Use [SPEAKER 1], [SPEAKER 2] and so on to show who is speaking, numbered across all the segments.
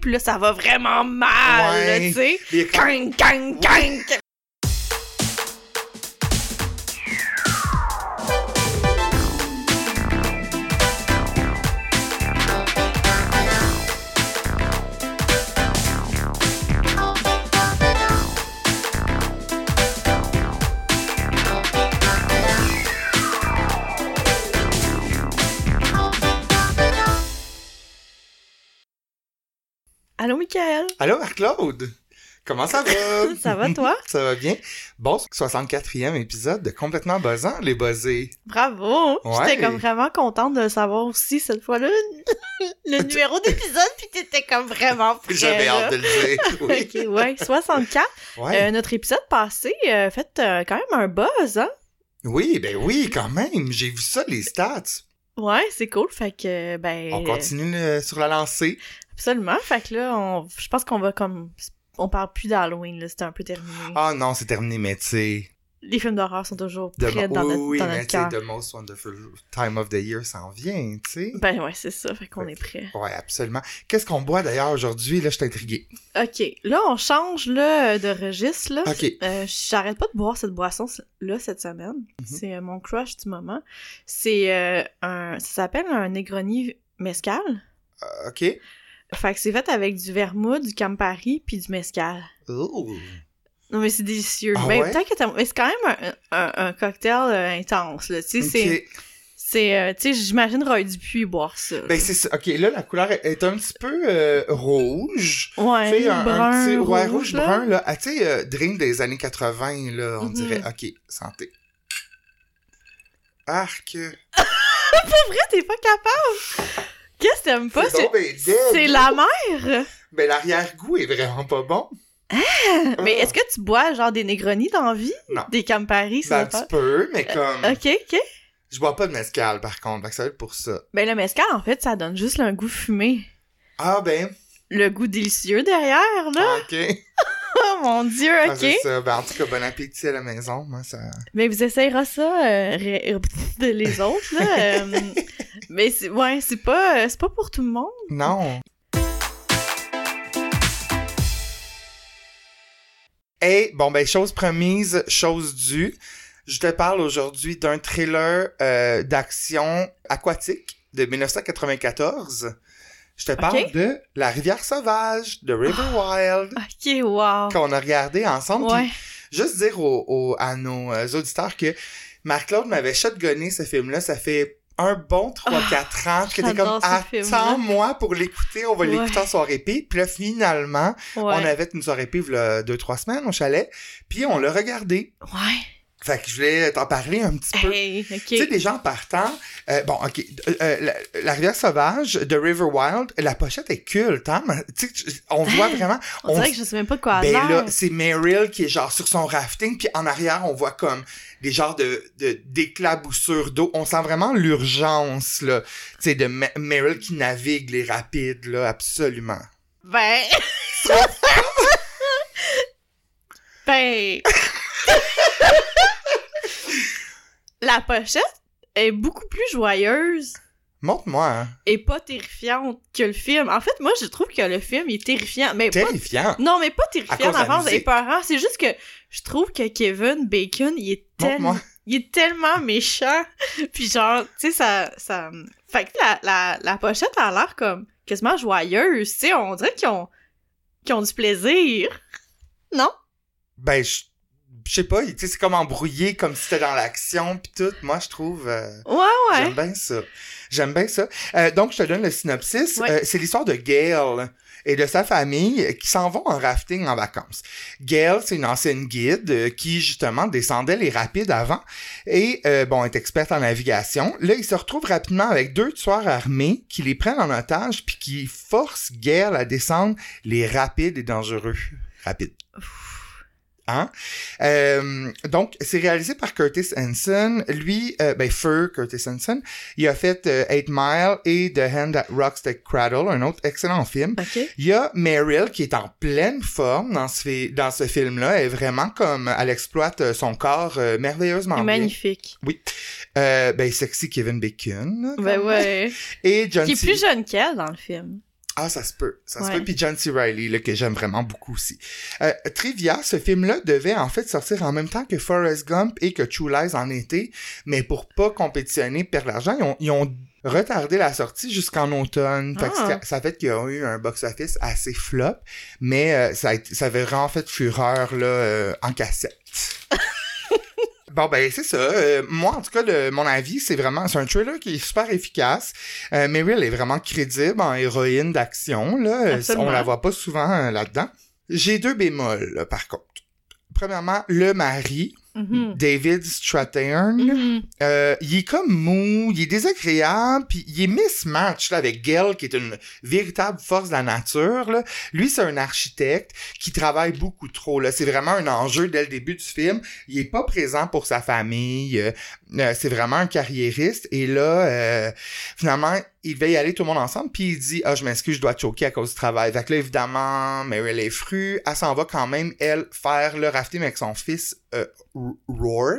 [SPEAKER 1] Puis là, ça va vraiment mal,
[SPEAKER 2] Ouais.
[SPEAKER 1] tu sais.
[SPEAKER 2] Les-
[SPEAKER 1] Kang, kang, kang. Allô, Michael.
[SPEAKER 2] Allô, Marc-Claude? Comment ça va?
[SPEAKER 1] Euh, Ça va, toi?
[SPEAKER 2] Ça va bien? Bon, 64e épisode de Complètement Buzzant, les buzzés.
[SPEAKER 1] Bravo!
[SPEAKER 2] Ouais.
[SPEAKER 1] J'étais comme vraiment contente de le savoir aussi cette fois-là. le numéro d'épisode, puis t'étais comme vraiment prêt.
[SPEAKER 2] J'avais
[SPEAKER 1] là.
[SPEAKER 2] hâte de le dire. Oui.
[SPEAKER 1] Ok, ouais, 64.
[SPEAKER 2] Ouais.
[SPEAKER 1] Euh, notre épisode passé euh, fait euh, quand même un buzz, hein?
[SPEAKER 2] oui, ben oui, quand même. J'ai vu ça, les stats.
[SPEAKER 1] Ouais, c'est cool. Fait que, euh, ben.
[SPEAKER 2] On continue euh, sur la lancée.
[SPEAKER 1] euh, Absolument. Fait que là, on- je pense qu'on va comme. On parle plus d'Halloween, là. C'était un peu terminé.
[SPEAKER 2] Ah non, c'est terminé, mais tu sais.
[SPEAKER 1] Les films d'horreur sont toujours
[SPEAKER 2] de-
[SPEAKER 1] prêts dans
[SPEAKER 2] oui,
[SPEAKER 1] notre,
[SPEAKER 2] oui,
[SPEAKER 1] dans
[SPEAKER 2] mais
[SPEAKER 1] notre
[SPEAKER 2] tu
[SPEAKER 1] cœur.
[SPEAKER 2] sais, The Most Wonderful Time of the Year s'en vient, tu sais.
[SPEAKER 1] Ben ouais, c'est ça. Fait qu'on
[SPEAKER 2] Fait
[SPEAKER 1] est prêt.
[SPEAKER 2] Ouais, absolument. Qu'est-ce qu'on boit d'ailleurs aujourd'hui? Là, je suis intrigué.
[SPEAKER 1] Ok, là, on change là, de registre, là.
[SPEAKER 2] Ok.
[SPEAKER 1] Euh, J'arrête pas de boire cette boisson-là cette semaine.
[SPEAKER 2] Mhm.
[SPEAKER 1] C'est euh, mon crush du moment. C'est euh, un. Ça s'appelle un Negroni mezcal.
[SPEAKER 2] Euh, OK.
[SPEAKER 1] Fait que c'est fait avec du vermouth, du Campari, puis du mezcal.
[SPEAKER 2] Ooh.
[SPEAKER 1] Non, mais c'est délicieux.
[SPEAKER 2] Ah
[SPEAKER 1] Ben,
[SPEAKER 2] ouais?
[SPEAKER 1] peut-être que t'as- Mais c'est quand même un, un- un cocktail euh, intense, là. Tu sais, c'est.
[SPEAKER 2] Ok.
[SPEAKER 1] c'est, euh, tu sais, j'imagine Roy Dupuis boire ça.
[SPEAKER 2] Ben, c'est ça. OK, là, la couleur est- est un petit peu euh, rouge. Tu
[SPEAKER 1] ouais,
[SPEAKER 2] sais, un,
[SPEAKER 1] brun.
[SPEAKER 2] un petit... Ouais,
[SPEAKER 1] rouge,
[SPEAKER 2] rouge,
[SPEAKER 1] là.
[SPEAKER 2] brun, là. Ah, tu sais, euh, drink des années 80, là, on
[SPEAKER 1] Mhm.
[SPEAKER 2] dirait. OK, santé. Arc.
[SPEAKER 1] Après, t'es pas capable. Qu'est-ce que t'aimes pas?
[SPEAKER 2] C'est
[SPEAKER 1] C'est
[SPEAKER 2] donc ben dead.
[SPEAKER 1] c'est la mer!
[SPEAKER 2] Ben, l'arrière-goût est vraiment pas bon.
[SPEAKER 1] Ah, Mais est-ce que tu bois genre des Negroni dans la vie?
[SPEAKER 2] Non.
[SPEAKER 1] Des Campari,
[SPEAKER 2] Ben, un
[SPEAKER 1] ça
[SPEAKER 2] petit
[SPEAKER 1] pas? Euh,
[SPEAKER 2] peu, mais comme...
[SPEAKER 1] Ok, ok.
[SPEAKER 2] Je bois pas de mezcal, par contre. Fait que ça va être pour ça.
[SPEAKER 1] Ben, le mezcal, en fait, ça donne juste un goût fumé.
[SPEAKER 2] Ah, ben...
[SPEAKER 1] Le goût délicieux derrière, là.
[SPEAKER 2] OK.
[SPEAKER 1] Oh mon dieu,
[SPEAKER 2] Ah,
[SPEAKER 1] Ah, ok.
[SPEAKER 2] c'est ça. Ben, en tout cas, bon appétit à la maison. Moi, ça...
[SPEAKER 1] Mais vous essayerez ça euh, ré- de les autres là. euh, mais c'est ouais, c'est pas euh, c'est pas pour tout le monde.
[SPEAKER 2] Non. Hey, bon ben chose promise, chose due. Je te parle aujourd'hui d'un trailer euh, d'action aquatique de 1994. Je te parle
[SPEAKER 1] Ok.
[SPEAKER 2] de La rivière sauvage de River Wild
[SPEAKER 1] Ok, wow.
[SPEAKER 2] qu'on a regardé ensemble. Puis
[SPEAKER 1] Ouais.
[SPEAKER 2] juste dire au- au- à nos euh, auditeurs que Marc-Claude m'avait shotgunné ce film-là. Ça fait un bon 3-4 ans que t'es comme
[SPEAKER 1] Ah, j'adore ce film-là.
[SPEAKER 2] attends-moi pour l'écouter, on
[SPEAKER 1] Ouais.
[SPEAKER 2] va l'écouter en soirée P. Puis là, finalement, on
[SPEAKER 1] Ouais.
[SPEAKER 2] avait une soirée P v'là deux, trois semaines au chalet. Puis on l'a regardé.
[SPEAKER 1] Ouais.
[SPEAKER 2] Fait que je voulais t'en parler un petit peu.
[SPEAKER 1] Hey,
[SPEAKER 2] Tu sais,
[SPEAKER 1] ok.
[SPEAKER 2] des gens partant. euh, bon, OK. euh, euh, la, la rivière sauvage de River Wild, la pochette est culte, hein? mais Tu sais, tu- on voit vraiment.
[SPEAKER 1] On,
[SPEAKER 2] on
[SPEAKER 1] dirait que je sais même pas de quoi
[SPEAKER 2] ben
[SPEAKER 1] avoir
[SPEAKER 2] là,
[SPEAKER 1] l'air.
[SPEAKER 2] c'est Meryl qui est genre sur son rafting, puis en arrière, on voit comme des genres de, de- d'éclaboussures d'eau. On sent vraiment l'urgence, là, tu sais, de Ma- Meryl qui navigue les rapides, là, absolument.
[SPEAKER 1] Ben. ben. La pochette est beaucoup plus joyeuse
[SPEAKER 2] Montre-moi, hein.
[SPEAKER 1] et pas terrifiante que le film. En fait, moi, je trouve que le film il est terrifiant, mais pas
[SPEAKER 2] Terrifiant.
[SPEAKER 1] Non, mais pas
[SPEAKER 2] À cause
[SPEAKER 1] terrifiant
[SPEAKER 2] de la
[SPEAKER 1] d'avance et
[SPEAKER 2] musique.
[SPEAKER 1] peurant. C'est juste que je trouve que Kevin Bacon, il est, tel-
[SPEAKER 2] Montre-moi.
[SPEAKER 1] il est tellement méchant. Puis genre, tu sais, ça, ça... Fait que la, la, la pochette a l'air comme quasiment joyeuse. Tu sais, on dirait qu'ils ont, qu'ils ont du plaisir. Non?
[SPEAKER 2] Ben, je je sais pas, tu sais, c'est comme embrouillé, comme si c'était dans l'action, puis tout. Moi, je trouve... euh,
[SPEAKER 1] Ouais, ouais.
[SPEAKER 2] J'aime bien ça. J'aime bien ça. Euh, donc, je te donne le synopsis.
[SPEAKER 1] Ouais.
[SPEAKER 2] Euh, c'est l'histoire de Gail et de sa famille qui s'en vont en rafting en vacances. Gail, c'est une ancienne guide euh, qui, justement, descendait les rapides avant et, euh, bon, est experte en navigation. Là, ils se retrouvent rapidement avec deux tueurs armés qui les prennent en otage puis qui forcent Gail à descendre les rapides et dangereux rapides. Hein? Euh, donc, c'est réalisé par Curtis Hanson. Lui, euh, ben, Feu Curtis Hanson, il a fait euh, Eight Mile et The Hand That Rocks the Cradle, un autre excellent film.
[SPEAKER 1] Ok.
[SPEAKER 2] Il y a Meryl qui est en pleine forme dans ce, fi- dans ce film-là. Elle est vraiment comme, elle exploite euh, son corps euh,
[SPEAKER 1] Ah,
[SPEAKER 2] merveilleusement bien.
[SPEAKER 1] Magnifique.
[SPEAKER 2] Euh, ben, sexy Kevin Bacon. là,
[SPEAKER 1] Ben
[SPEAKER 2] comme-
[SPEAKER 1] ouais.
[SPEAKER 2] Et John
[SPEAKER 1] Qui est
[SPEAKER 2] C.
[SPEAKER 1] plus jeune qu'elle dans le film.
[SPEAKER 2] Ah, ça se peut. Ça se
[SPEAKER 1] Ouais.
[SPEAKER 2] peut. Puis John C. Reilly, là, que j'aime vraiment beaucoup aussi. Euh, Trivia, ce film-là devait en fait sortir en même temps que Forrest Gump et que True Lies en été, mais pour pas compétitionner, perdre l'argent, ils ont, ils ont retardé la sortie jusqu'en automne. Fait que
[SPEAKER 1] Ah.
[SPEAKER 2] c'était- ça fait qu'il y a eu un box-office assez flop, mais euh, ça, a été- ça avait vraiment fait fureur là, euh, en cassette. Bon ben c'est ça. Euh, moi en tout cas de mon avis c'est vraiment c'est un thriller qui est super efficace. Euh, Meryl est vraiment crédible en héroïne d'action là. Euh,
[SPEAKER 1] Absolument.
[SPEAKER 2] On la voit pas souvent euh, là-dedans. J'ai deux bémols là, par contre. Premièrement le mari
[SPEAKER 1] Mhm.
[SPEAKER 2] David Strathairn.
[SPEAKER 1] Mhm.
[SPEAKER 2] Euh, il est comme mou, il est désagréable, puis il est mismatch là, avec Gale, qui est une véritable force de la nature. Là. Lui, c'est un architecte qui travaille beaucoup trop. Là. C'est vraiment un enjeu dès le début du film. Il est pas présent pour sa famille. euh, euh, c'est vraiment un carriériste. Et là, euh, finalement, il va y aller tout le monde ensemble, puis il dit « Ah, je m'excuse, je dois te choquer à cause du travail. » Fait que là, évidemment, Meryl est frue. Elle s'en va quand même, elle, faire le rafting avec son fils euh, R- Roar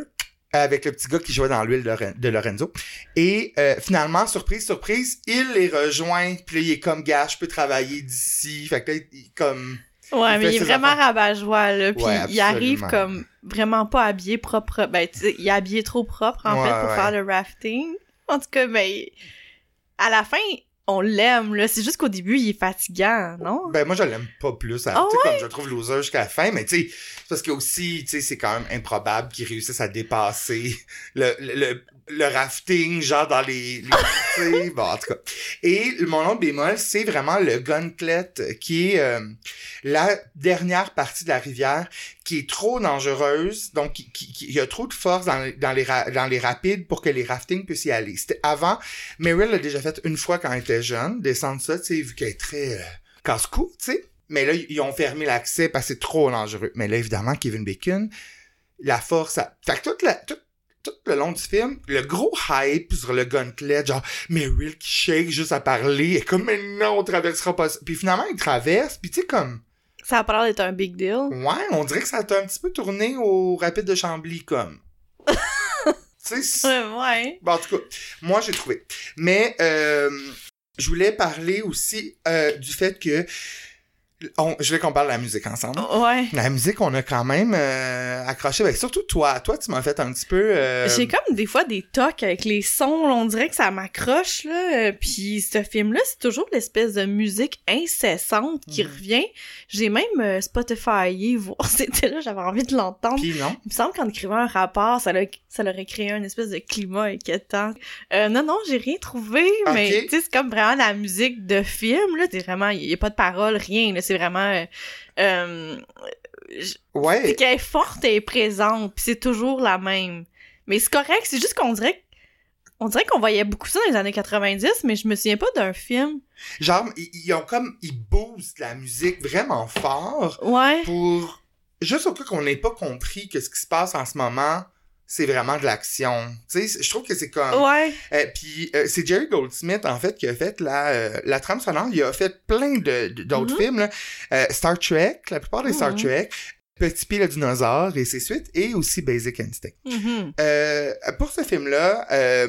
[SPEAKER 2] avec le petit gars qui jouait dans l'huile de, Ren- de Lorenzo. Et euh, finalement, surprise, surprise, il les rejoint. Puis là, il est comme, gars, je peux travailler d'ici. Fait que là, il, il- comme...
[SPEAKER 1] Ouais,
[SPEAKER 2] Il
[SPEAKER 1] mais
[SPEAKER 2] fait
[SPEAKER 1] il est
[SPEAKER 2] ses
[SPEAKER 1] vraiment
[SPEAKER 2] affaires.
[SPEAKER 1] rabat-joie, là. Puis
[SPEAKER 2] Ouais,
[SPEAKER 1] il arrive
[SPEAKER 2] absolument.
[SPEAKER 1] comme vraiment pas habillé propre. Ben, tu sais, il est habillé trop propre, en
[SPEAKER 2] Ouais,
[SPEAKER 1] fait, pour
[SPEAKER 2] ouais.
[SPEAKER 1] faire le rafting. En tout cas, ben, à la fin, on l'aime, là. C'est juste qu'au début, il est fatigant, non?
[SPEAKER 2] Ben, moi, je l'aime pas plus. à-
[SPEAKER 1] Ah
[SPEAKER 2] tu sais, comme je le trouve loser jusqu'à la fin. Mais tu sais, c'est parce que aussi, tu sais, c'est quand même improbable qu'il réussisse à dépasser le, le, le- le rafting, genre dans les... les- tu sais, bon, en tout cas. Et mon nom bémol, c'est vraiment le gunklet, euh, qui est euh, la dernière partie de la rivière qui est trop dangereuse, donc qui, qui- qui- il y a trop de force dans, les- dans, les, ra- dans les rapides pour que les raftings puissent y aller. C'était avant, Meryl l'a déjà fait une fois quand elle était jeune, descendre ça, tu sais, vu qu'elle est très euh, casse-cou, tu sais. Mais là, ils ont fermé l'accès parce que c'est trop dangereux. Mais là, évidemment, Kevin Bacon, la force... à- Fait que toute la- tout, tout le long du film, le gros hype sur le gunklet, genre, Meryl qui shake juste à parler, et comme, mais non, on traversera pas ça. Puis finalement, il traverse, puis tu sais, comme...
[SPEAKER 1] Ça a pas l'air d'être un big deal.
[SPEAKER 2] Ouais, on dirait que ça t'a un petit peu tourné au rapide de Chambly, comme. tu sais, c'est-
[SPEAKER 1] Ouais, ouais.
[SPEAKER 2] bon, en tout cas, moi, j'ai trouvé. Mais euh, je voulais parler aussi euh, du fait que... on- je voulais qu'on parle de la musique ensemble.
[SPEAKER 1] Ouais.
[SPEAKER 2] La musique, on a quand même euh, accroché. Ben, surtout toi. Toi, tu m'as fait un petit peu... euh,
[SPEAKER 1] J'ai comme des fois des tocs avec les sons, là, on dirait que ça m'accroche là. Euh, Puis ce film-là, c'est toujours l'espèce de musique incessante qui
[SPEAKER 2] Mhm.
[SPEAKER 1] revient. J'ai même euh, Spotifyé voir c'était là, j'avais envie de l'entendre.
[SPEAKER 2] Puis non.
[SPEAKER 1] Il me semble qu'en écrivant un rapport, ça, l'a- ça l'aurait créé un espèce de climat inquiétant. Euh, non, non, j'ai rien trouvé, mais
[SPEAKER 2] Ok.
[SPEAKER 1] tu sais, c'est comme vraiment la musique de film, là. C'est vraiment, il n'y a pas de parole, rien, là. C'est vraiment, euh, euh, c'est
[SPEAKER 2] Ouais.
[SPEAKER 1] qu'elle est forte, elle est présente, puis c'est toujours la même. Mais c'est correct, c'est juste qu'on dirait on dirait qu'on voyait beaucoup ça dans les années 90, mais je me souviens pas d'un film.
[SPEAKER 2] Genre, ils, ils ont comme... Ils boostent la musique vraiment fort.
[SPEAKER 1] Ouais.
[SPEAKER 2] pour juste au cas qu'on n'ait pas compris que ce qui se passe en ce moment c'est vraiment de l'action. Tu sais, je trouve que c'est comme...
[SPEAKER 1] Ouais.
[SPEAKER 2] Euh, Puis euh, c'est Jerry Goldsmith, en fait, qui a fait la, euh, la trame sonore. Il a fait plein de- de- d'autres
[SPEAKER 1] Mhm.
[SPEAKER 2] films. là. Euh, Star Trek, la plupart des Star
[SPEAKER 1] Mhm.
[SPEAKER 2] Trek, Petit Pied le dinosaure et ses suites, et aussi Basic Instinct.
[SPEAKER 1] Mhm.
[SPEAKER 2] Euh, pour ce film-là, euh,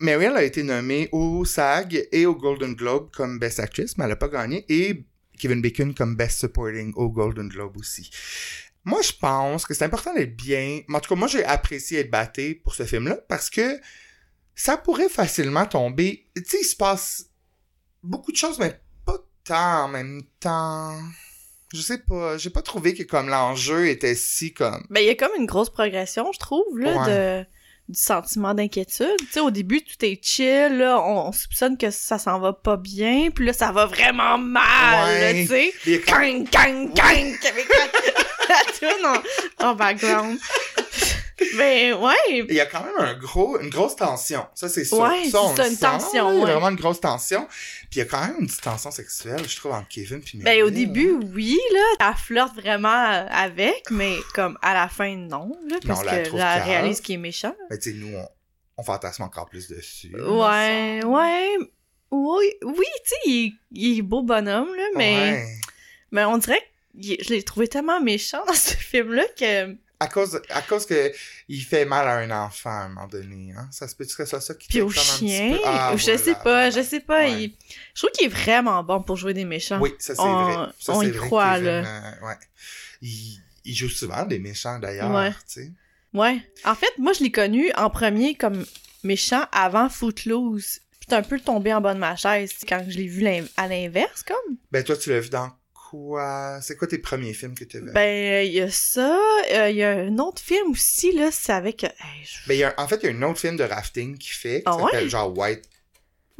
[SPEAKER 2] Meryl a été nommée au SAG et au Golden Globe comme Best Actress, mais elle n'a pas gagné, et Kevin Bacon comme Best Supporting au Golden Globe aussi. Moi, je pense que c'est important d'être bien. En tout cas, moi, j'ai apprécié être batté pour ce film-là parce que ça pourrait facilement tomber. Tu sais, il se passe beaucoup de choses, mais pas tant en même temps. Je sais pas. J'ai pas trouvé que comme l'enjeu était si comme.
[SPEAKER 1] Ben, il y a comme une grosse progression, je trouve, là, de, du sentiment d'inquiétude. Tu sais, au début, tout est chill, là, on, on soupçonne que ça s'en va pas bien, puis là, ça va vraiment mal, là,
[SPEAKER 2] Ouais.
[SPEAKER 1] tu sais.
[SPEAKER 2] Il y a
[SPEAKER 1] Gang,
[SPEAKER 2] comme-
[SPEAKER 1] gang, gang, avec la, la toune en, en background. ben, ouais,
[SPEAKER 2] Il y a quand même un gros, une grosse tension. Ça, c'est sûr.
[SPEAKER 1] Ouais,
[SPEAKER 2] ça, on
[SPEAKER 1] c'est
[SPEAKER 2] le
[SPEAKER 1] une
[SPEAKER 2] sent,
[SPEAKER 1] tension,
[SPEAKER 2] là. Il y a
[SPEAKER 1] ouais.
[SPEAKER 2] vraiment une grosse tension. Puis il y a quand même une petite tension sexuelle, je trouve, entre Kevin puis
[SPEAKER 1] Ben, au
[SPEAKER 2] Meryl.
[SPEAKER 1] début, oui, là, elle flirte vraiment euh, avec, mais comme à la fin, non, là, parce
[SPEAKER 2] on la
[SPEAKER 1] que
[SPEAKER 2] trouve
[SPEAKER 1] là, elle
[SPEAKER 2] cave.
[SPEAKER 1] réalise qu'il est méchant.
[SPEAKER 2] Mais Ben, tu sais, nous, on, on fantasme encore plus dessus.
[SPEAKER 1] Ouais, ouais, oui, oui, tu sais, il, est- il est beau bonhomme, là, mais,
[SPEAKER 2] Ouais.
[SPEAKER 1] mais on dirait que il est- je l'ai trouvé tellement méchant dans ce film-là que
[SPEAKER 2] À cause, à cause que il fait mal à un enfant à un moment donné, hein? Ça se peut-tu que ce soit ça qui
[SPEAKER 1] Puis au
[SPEAKER 2] t'excite un petit
[SPEAKER 1] chien,
[SPEAKER 2] peu? Ah,
[SPEAKER 1] je
[SPEAKER 2] voilà,
[SPEAKER 1] sais pas,
[SPEAKER 2] voilà.
[SPEAKER 1] je sais pas.
[SPEAKER 2] Ouais.
[SPEAKER 1] il- Je trouve qu'il est vraiment bon pour jouer des méchants.
[SPEAKER 2] Oui, ça c'est
[SPEAKER 1] On-
[SPEAKER 2] vrai. Ça,
[SPEAKER 1] on
[SPEAKER 2] c'est
[SPEAKER 1] y
[SPEAKER 2] vrai
[SPEAKER 1] croit,
[SPEAKER 2] qu'il est vraiment- ouais. Il, il joue souvent des méchants d'ailleurs,
[SPEAKER 1] Ouais.
[SPEAKER 2] tu sais.
[SPEAKER 1] Ouais. En fait, moi, je l'ai connu en premier comme méchant avant Footloose. J'étais un peu tombé en bas de ma chaise quand je l'ai vu l'in- à l'inverse, comme.
[SPEAKER 2] Ben toi, tu l'as vu dans quoi? C'est quoi tes premiers films que tu as vu?
[SPEAKER 1] Ben, il y a ça. euh, Il y a un autre film aussi, là, c'est avec... euh, Hey, je-
[SPEAKER 2] Ben, il y a un- en fait, il y a un autre film de rafting qui fait, qui
[SPEAKER 1] Ah ouais?
[SPEAKER 2] s'appelle genre White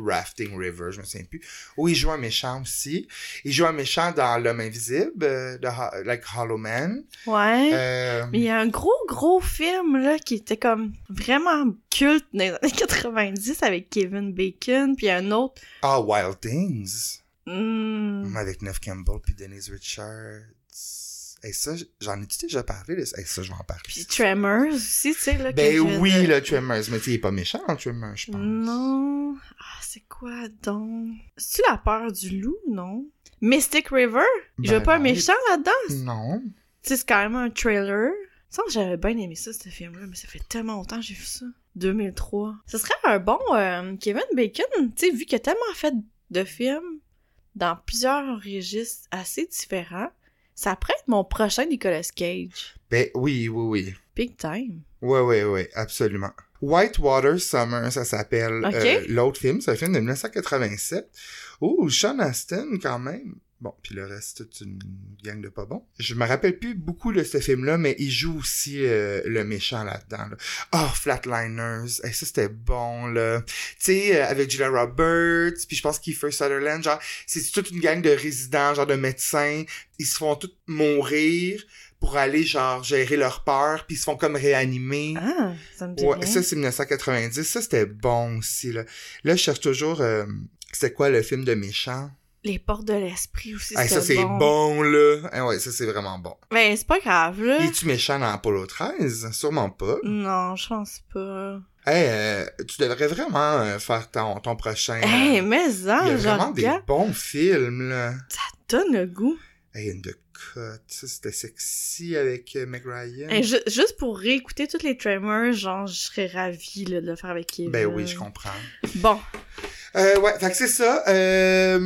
[SPEAKER 2] Rafting River, je me souviens plus, où il joue un méchant aussi. Il joue un méchant dans L'Homme Invisible, euh, de Ho- like Hollow Man.
[SPEAKER 1] Ouais.
[SPEAKER 2] Euh,
[SPEAKER 1] Eh, Mais il y a un gros, gros film, là, qui était comme vraiment culte dans les années 90 avec Kevin Bacon, puis un autre...
[SPEAKER 2] Ah, Wild Things,
[SPEAKER 1] hmm,
[SPEAKER 2] avec Neve Campbell puis Denise Richards. Et ça, j'en ai-tu déjà parlé? de ça? Et ça, je vais en parler.
[SPEAKER 1] Puis Tremors aussi, tu sais, là. euh, que
[SPEAKER 2] Ben
[SPEAKER 1] je viens
[SPEAKER 2] oui,
[SPEAKER 1] de-
[SPEAKER 2] le Tremors, mais tu sais, il est pas méchant, le Tremors, je pense.
[SPEAKER 1] Non. Ah, c'est quoi donc? C'est-tu la peur du loup, non? Mystic River? je veux
[SPEAKER 2] Ben
[SPEAKER 1] pas un
[SPEAKER 2] non.
[SPEAKER 1] méchant là-dedans?
[SPEAKER 2] Non.
[SPEAKER 1] Tu sais, c'est quand même un trailer. Il me semble que j'avais bien aimé ça, ce film-là, mais ça fait tellement longtemps que j'ai vu ça. 2003. Ce serait un bon euh, Kevin Bacon, tu sais, vu qu'il a tellement fait de films dans plusieurs registres assez différents, ça pourrait être mon prochain Nicolas Cage.
[SPEAKER 2] Ben oui, oui, oui.
[SPEAKER 1] Big time.
[SPEAKER 2] Ouais, ouais, ouais, absolument. Whitewater Summer, ça s'appelle
[SPEAKER 1] Ok.
[SPEAKER 2] euh, l'autre film. C'est un film de 1987. Oh, Sean Astin, quand même. Bon, puis le reste, c'est une gang de pas bons. Je me rappelle plus beaucoup de ce film-là, mais il joue aussi euh, le méchant là-dedans. là. Oh, Flatliners. Hey, ça, c'était bon, là. Tu sais, euh, avec Julia Roberts, puis je pense Kiefer Sutherland, genre, c'est toute une gang de résidents, genre de médecins. Ils se font tous mourir pour aller, genre, gérer leur peur, puis ils se font comme réanimer.
[SPEAKER 1] Ah, ça me dit
[SPEAKER 2] Ouais,
[SPEAKER 1] rien.
[SPEAKER 2] ça c'est 1990, ça c'était bon aussi là. Là, je cherche toujours euh, c'est quoi le film de méchant
[SPEAKER 1] Les portes de l'esprit aussi,
[SPEAKER 2] Ah, ça c'est bon, là. Ah ouais, ça c'est vraiment bon.
[SPEAKER 1] Mais c'est pas grave, là.
[SPEAKER 2] Es-tu méchant dans Apollo 13 Sûrement pas.
[SPEAKER 1] Non, je pense pas.
[SPEAKER 2] Hey, euh, tu devrais vraiment euh, faire ton, ton prochain. euh,
[SPEAKER 1] Hé, hey,
[SPEAKER 2] il
[SPEAKER 1] mais
[SPEAKER 2] y a
[SPEAKER 1] ça, je
[SPEAKER 2] vraiment des
[SPEAKER 1] regarde,
[SPEAKER 2] bons films là.
[SPEAKER 1] ça donne le goût.
[SPEAKER 2] Hey, une de cut, ça c'était sexy avec euh, Meg Ryan.
[SPEAKER 1] Hey, ju- juste pour réécouter toutes les Tremors, genre, je serais ravie là, de le faire avec Kevin.
[SPEAKER 2] ben oui, je comprends.
[SPEAKER 1] Bon,
[SPEAKER 2] Euh, ouais, fait que c'est ça. Euh,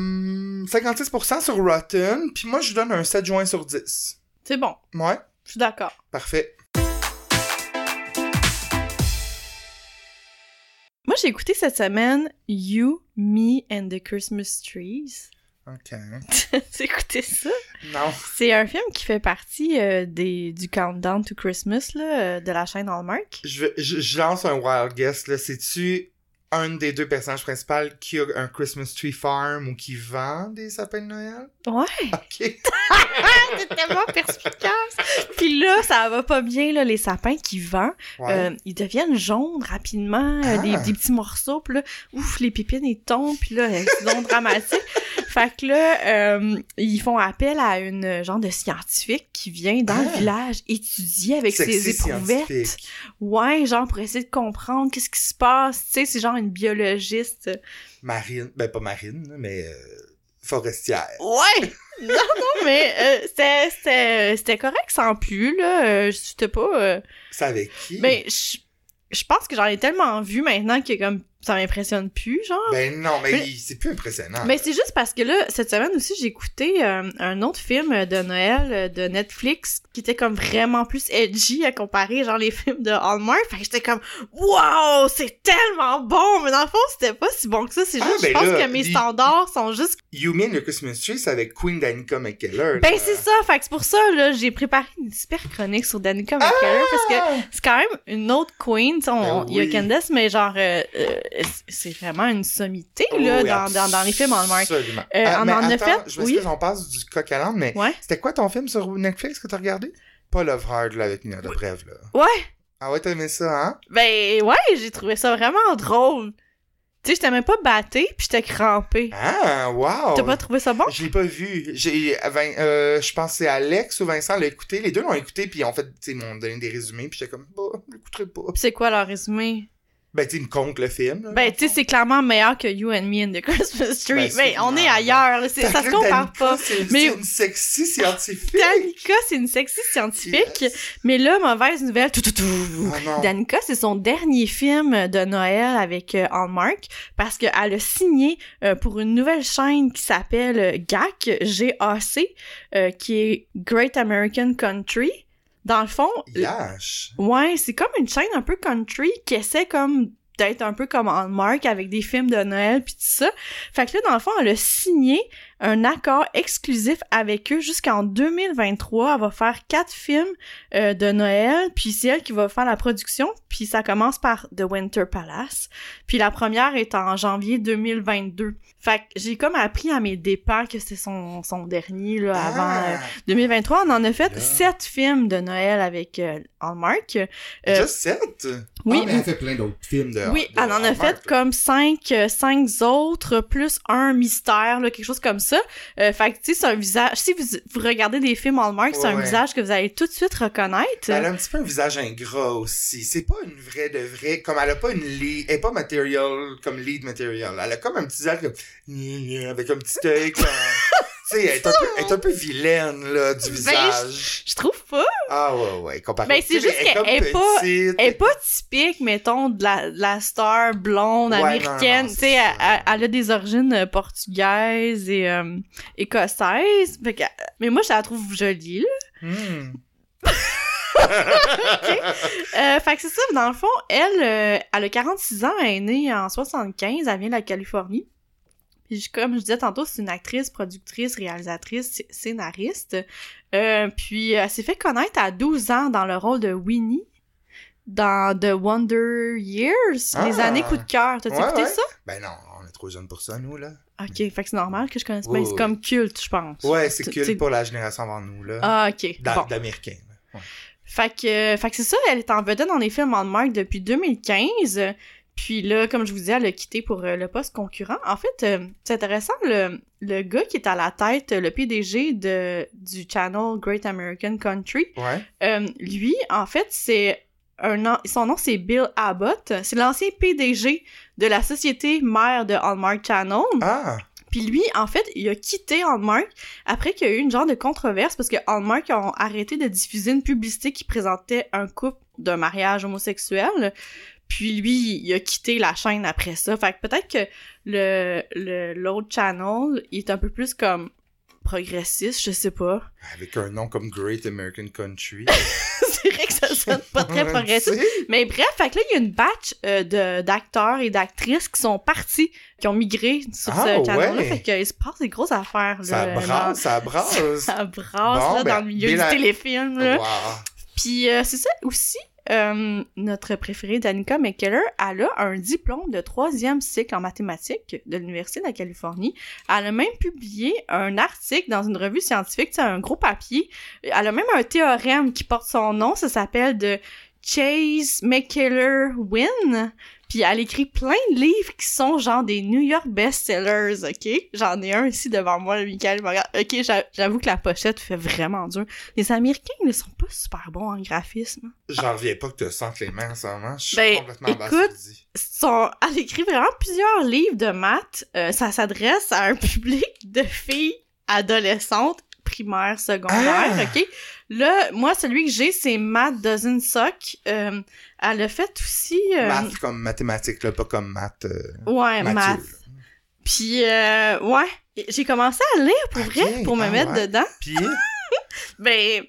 [SPEAKER 2] 56% sur Rotten, puis moi je lui donne un 7 juin sur 10.
[SPEAKER 1] c'est bon,
[SPEAKER 2] Ouais,
[SPEAKER 1] je suis d'accord.
[SPEAKER 2] parfait.
[SPEAKER 1] Moi, j'ai écouté cette semaine You, Me and the Christmas Trees.
[SPEAKER 2] OK.
[SPEAKER 1] T'as écouté ça?
[SPEAKER 2] Non.
[SPEAKER 1] C'est un film qui fait partie euh, des, du Countdown to Christmas là, euh, de la chaîne Hallmark.
[SPEAKER 2] Je, vais- je, je lance un wild guess, là. C'est-tu un des deux personnages principaux qui a un Christmas tree farm ou qui vend des sapins de Noël?
[SPEAKER 1] Ouais!
[SPEAKER 2] OK.
[SPEAKER 1] C'est tellement perspicace! Puis là, ça va pas bien, là, les sapins qui vendent.
[SPEAKER 2] Ouais.
[SPEAKER 1] Euh, ils deviennent jaunes rapidement, euh, des,
[SPEAKER 2] Ah.
[SPEAKER 1] des petits morceaux, puis là, ouf, les pépines, ils tombent, puis là, euh, c'est donc dramatique. Fait que là, euh, ils font appel à une genre de scientifique qui vient dans
[SPEAKER 2] Ah.
[SPEAKER 1] le village étudier avec ses éprouvettes.
[SPEAKER 2] scientifique.
[SPEAKER 1] Ouais, genre pour essayer de comprendre qu'est-ce qui se passe. Tu sais, c'est genre une biologiste.
[SPEAKER 2] Marine. Ben, pas marine, là, mais euh, forestière.
[SPEAKER 1] Ouais! non, non, mais euh, c'était- c'était c'était correct sans plus, là. Euh, C'était pas... euh,
[SPEAKER 2] C'est avec qui?
[SPEAKER 1] Mais je je pense que j'en ai tellement vu maintenant que comme ça m'impressionne plus, genre.
[SPEAKER 2] Ben non, mais,
[SPEAKER 1] Mais-
[SPEAKER 2] il- c'est plus impressionnant.
[SPEAKER 1] Mais c'est juste parce que là, cette semaine aussi, j'ai écouté euh, un autre film euh, de Noël euh, de Netflix qui était comme vraiment plus edgy à comparer, genre les films de Hallmark. Fait que j'étais comme, wow, c'est tellement bon! Mais dans le fond, c'était pas si bon que ça. C'est
[SPEAKER 2] Ah,
[SPEAKER 1] juste,
[SPEAKER 2] ben
[SPEAKER 1] je pense
[SPEAKER 2] là,
[SPEAKER 1] que mes
[SPEAKER 2] il-
[SPEAKER 1] standards sont juste.
[SPEAKER 2] You Mean the Christmas Tree, c'est avec Queen Danica McKellar.
[SPEAKER 1] Ben
[SPEAKER 2] là.
[SPEAKER 1] c'est ça! Fait que c'est pour ça, là, j'ai préparé une super chronique sur Danica McKellar parce que
[SPEAKER 2] Ah!
[SPEAKER 1] C'est quand même une autre queen, tu sais, on-
[SPEAKER 2] Ben
[SPEAKER 1] il y a
[SPEAKER 2] oui.
[SPEAKER 1] Candace, mais genre, euh, euh, c'est vraiment une sommité, là,
[SPEAKER 2] Oh, Oui,
[SPEAKER 1] dans, dans, dans les films Hallmark.
[SPEAKER 2] Absolument.
[SPEAKER 1] Euh,
[SPEAKER 2] Ah,
[SPEAKER 1] on
[SPEAKER 2] mais
[SPEAKER 1] en a
[SPEAKER 2] attends,
[SPEAKER 1] fait,
[SPEAKER 2] Je
[SPEAKER 1] oui.
[SPEAKER 2] m'excuse, on passe du coq à l'âne, mais
[SPEAKER 1] Ouais.
[SPEAKER 2] C'était quoi ton film sur Netflix que t'as regardé? Pas Love Hard, là, avec Nina Dobrev, là.
[SPEAKER 1] Ouais.
[SPEAKER 2] Ah ouais, t'as aimé ça, hein?
[SPEAKER 1] Ben, ouais, j'ai trouvé ça vraiment drôle. Tu sais, j'étais même pas battée, puis j'étais crampée.
[SPEAKER 2] Ah, wow!
[SPEAKER 1] T'as pas trouvé ça bon?
[SPEAKER 2] Je l'ai pas vu. J'ai, Vin- euh, je pense que c'est Alex ou Vincent l'a écouté. Les deux l'ont écouté, puis ils ont fait, tu sais, ils m'ont donné des résumés, puis j'étais comme, bah, je l'écouterai pas.
[SPEAKER 1] Puis c'est quoi leur résumé?
[SPEAKER 2] Ben, tu sais, il me compte le film. là,
[SPEAKER 1] Ben, tu
[SPEAKER 2] dans le
[SPEAKER 1] sais,
[SPEAKER 2] fond.
[SPEAKER 1] c'est clairement meilleur que You and Me in the Christmas Tree.
[SPEAKER 2] Ben,
[SPEAKER 1] Mais
[SPEAKER 2] c'est
[SPEAKER 1] on est
[SPEAKER 2] clair.
[SPEAKER 1] ailleurs, là, c'est-
[SPEAKER 2] Fait
[SPEAKER 1] ça
[SPEAKER 2] que
[SPEAKER 1] se
[SPEAKER 2] là,
[SPEAKER 1] compare
[SPEAKER 2] Danica,
[SPEAKER 1] pas.
[SPEAKER 2] C'est
[SPEAKER 1] Mais-
[SPEAKER 2] c'est une sexy scientifique.
[SPEAKER 1] Danica, c'est une sexy scientifique. Mais là, mauvaise nouvelle. Tout, tout, tout.
[SPEAKER 2] Ah non.
[SPEAKER 1] Danica, c'est son dernier film de Noël avec euh, Hallmark parce qu'elle a signé euh, pour une nouvelle chaîne qui s'appelle euh, GAC, G-A-C, euh, qui est Great American Country. Dans le fond,
[SPEAKER 2] Yash.
[SPEAKER 1] Ouais, c'est comme une chaîne un peu country qui essaie comme d'être un peu comme Hallmark avec des films de Noël puis tout ça. Fait que là, dans le fond, elle a signé un accord exclusif avec eux jusqu'en 2023. Elle va faire quatre films euh, de Noël, puis c'est elle qui va faire la production. Puis ça commence par The Winter Palace. Puis la première est en janvier 2022. Fait que j'ai comme appris à mes dépens que c'était son, son dernier, là, avant... euh,
[SPEAKER 2] Ah,
[SPEAKER 1] 2023, on en a fait
[SPEAKER 2] Yeah.
[SPEAKER 1] sept films de Noël avec euh, Hallmark. euh,
[SPEAKER 2] Just sept.
[SPEAKER 1] Oui,
[SPEAKER 2] Ah, mais elle a fait plein d'autres films de.
[SPEAKER 1] oui,
[SPEAKER 2] de
[SPEAKER 1] elle en a
[SPEAKER 2] Hallmark,
[SPEAKER 1] fait comme cinq, euh, cinq autres, plus un mystère, là, quelque chose comme ça. Euh, fait que, tu sais, c'est un visage... Si vous, vous regardez des films Hallmark, c'est un
[SPEAKER 2] Ouais.
[SPEAKER 1] visage que vous allez tout de suite reconnaître.
[SPEAKER 2] Elle a un petit peu un visage ingrat aussi. C'est pas une vraie de vraie. Comme elle a pas une lead. Elle est pas material comme lead material. Elle a comme un petit visage comme. Avec un petit œil comme. tu sais, elle, est un peu- elle est un peu vilaine, là, du
[SPEAKER 1] Ben,
[SPEAKER 2] visage.
[SPEAKER 1] Je trouve pas.
[SPEAKER 2] Ah ouais, ouais, comparé.
[SPEAKER 1] Ben, c'est
[SPEAKER 2] Tu sais,
[SPEAKER 1] juste
[SPEAKER 2] comme
[SPEAKER 1] qu'elle est pas-
[SPEAKER 2] petite.
[SPEAKER 1] Elle est pas typique, mettons, de la, de la star blonde
[SPEAKER 2] Ouais, non,
[SPEAKER 1] américaine.
[SPEAKER 2] non,
[SPEAKER 1] Tu
[SPEAKER 2] c'est
[SPEAKER 1] sais, elle,
[SPEAKER 2] ça.
[SPEAKER 1] elle- elle a des origines euh, portugaises et euh, écossaises. Fait que- euh, mais moi, je la trouve jolie, là.
[SPEAKER 2] Hmm.
[SPEAKER 1] Euh, fait que c'est ça, dans le fond, elle, euh, elle a 46 ans, elle est née en 75, elle vient de la Californie. Puis je- comme je disais tantôt, c'est une actrice, productrice, réalisatrice, sc- scénariste. Euh, puis euh, elle s'est fait connaître à 12 ans dans le rôle de Winnie dans The Wonder Years, les
[SPEAKER 2] Ah!
[SPEAKER 1] années coup de cœur. T'as-tu
[SPEAKER 2] Ouais,
[SPEAKER 1] écouté
[SPEAKER 2] ouais.
[SPEAKER 1] ça?
[SPEAKER 2] Ben non, on est trop jeune pour ça, nous, là.
[SPEAKER 1] Ok, fait que c'est normal que je connaisse pas,
[SPEAKER 2] Oui,
[SPEAKER 1] c'est
[SPEAKER 2] oui.
[SPEAKER 1] comme culte, je pense.
[SPEAKER 2] Ouais, c'est
[SPEAKER 1] T'es-
[SPEAKER 2] cool
[SPEAKER 1] t'es-
[SPEAKER 2] pour la génération avant nous, là.
[SPEAKER 1] Ah, ok.
[SPEAKER 2] D'a-
[SPEAKER 1] bon.
[SPEAKER 2] D'Américains. là. Ouais.
[SPEAKER 1] Fait que, fait que c'est ça, elle est en vedette dans les films en marque depuis 2015. Puis là, comme je vous disais, elle a quitté pour euh, le poste concurrent. En fait, euh, c'est intéressant, le, le gars qui est à la tête, le PDG de, du channel Great American Country,
[SPEAKER 2] Ouais.
[SPEAKER 1] euh, lui, en fait, c'est un an- son nom c'est Bill Abbott. C'est l'ancien PDG de la société mère de Hallmark Channel.
[SPEAKER 2] Ah,
[SPEAKER 1] Puis lui, en fait, il a quitté Hallmark après qu'il y a eu une genre de controverse parce que Hallmark ont arrêté de diffuser une publicité qui présentait un couple d'un mariage homosexuel. Puis lui, il a quitté la chaîne après ça. Fait que peut-être que le le- l'autre channel, il est un peu plus comme progressiste, je sais pas.
[SPEAKER 2] Ben, avec un nom comme Great American Country.
[SPEAKER 1] C'est vrai que ça sonne pas très progressiste.
[SPEAKER 2] Tu sais?
[SPEAKER 1] Mais bref, fait que là, il y a une batch euh, de- d'acteurs et d'actrices qui sont partis, qui ont migré sur
[SPEAKER 2] Ah,
[SPEAKER 1] ce canal-là.
[SPEAKER 2] ouais.
[SPEAKER 1] Fait qu'il se passe des grosses affaires. Là,
[SPEAKER 2] Ça
[SPEAKER 1] dans-
[SPEAKER 2] brasse, ça brasse.
[SPEAKER 1] Ça brasse
[SPEAKER 2] Bon,
[SPEAKER 1] là,
[SPEAKER 2] ben,
[SPEAKER 1] dans le milieu
[SPEAKER 2] Bill
[SPEAKER 1] du
[SPEAKER 2] a-
[SPEAKER 1] téléfilm. Là.
[SPEAKER 2] Wow.
[SPEAKER 1] Puis euh, c'est ça aussi, euh, notre préférée Danica McKellar, elle a un diplôme de troisième cycle en mathématiques de l'Université de la Californie. Elle a même publié un article dans une revue scientifique, c'est un gros papier. Elle a même un théorème qui porte son nom, ça s'appelle de Chase McKellar-Wynne. Puis elle écrit plein de livres qui sont genre des New York best-sellers, ok? J'en ai un ici devant moi, le Michael. me regarde. Ok, j'a- j'avoue que la pochette fait vraiment dur. Les Américains, ils sont pas super bons en graphisme.
[SPEAKER 2] J'en reviens pas que tu sentes les mains en ce moment. Je suis
[SPEAKER 1] Ben,
[SPEAKER 2] complètement
[SPEAKER 1] écoute,
[SPEAKER 2] abasourdi.
[SPEAKER 1] Sont, elle écrit vraiment plusieurs livres de maths. Euh, ça s'adresse à un public de filles adolescentes, primaires, secondaires,
[SPEAKER 2] Ah!
[SPEAKER 1] ok? Là, moi, celui que j'ai, c'est Math Doesn't Suck. Euh, elle a fait aussi... euh,
[SPEAKER 2] Math comme mathématiques, là, pas comme maths. euh,
[SPEAKER 1] Ouais,
[SPEAKER 2] Mathieu,
[SPEAKER 1] maths.
[SPEAKER 2] là.
[SPEAKER 1] Puis, euh, ouais, j'ai commencé à lire pour
[SPEAKER 2] Ok,
[SPEAKER 1] vrai, pour me
[SPEAKER 2] ah
[SPEAKER 1] mettre
[SPEAKER 2] ouais.
[SPEAKER 1] dedans.
[SPEAKER 2] Puis,
[SPEAKER 1] Ben,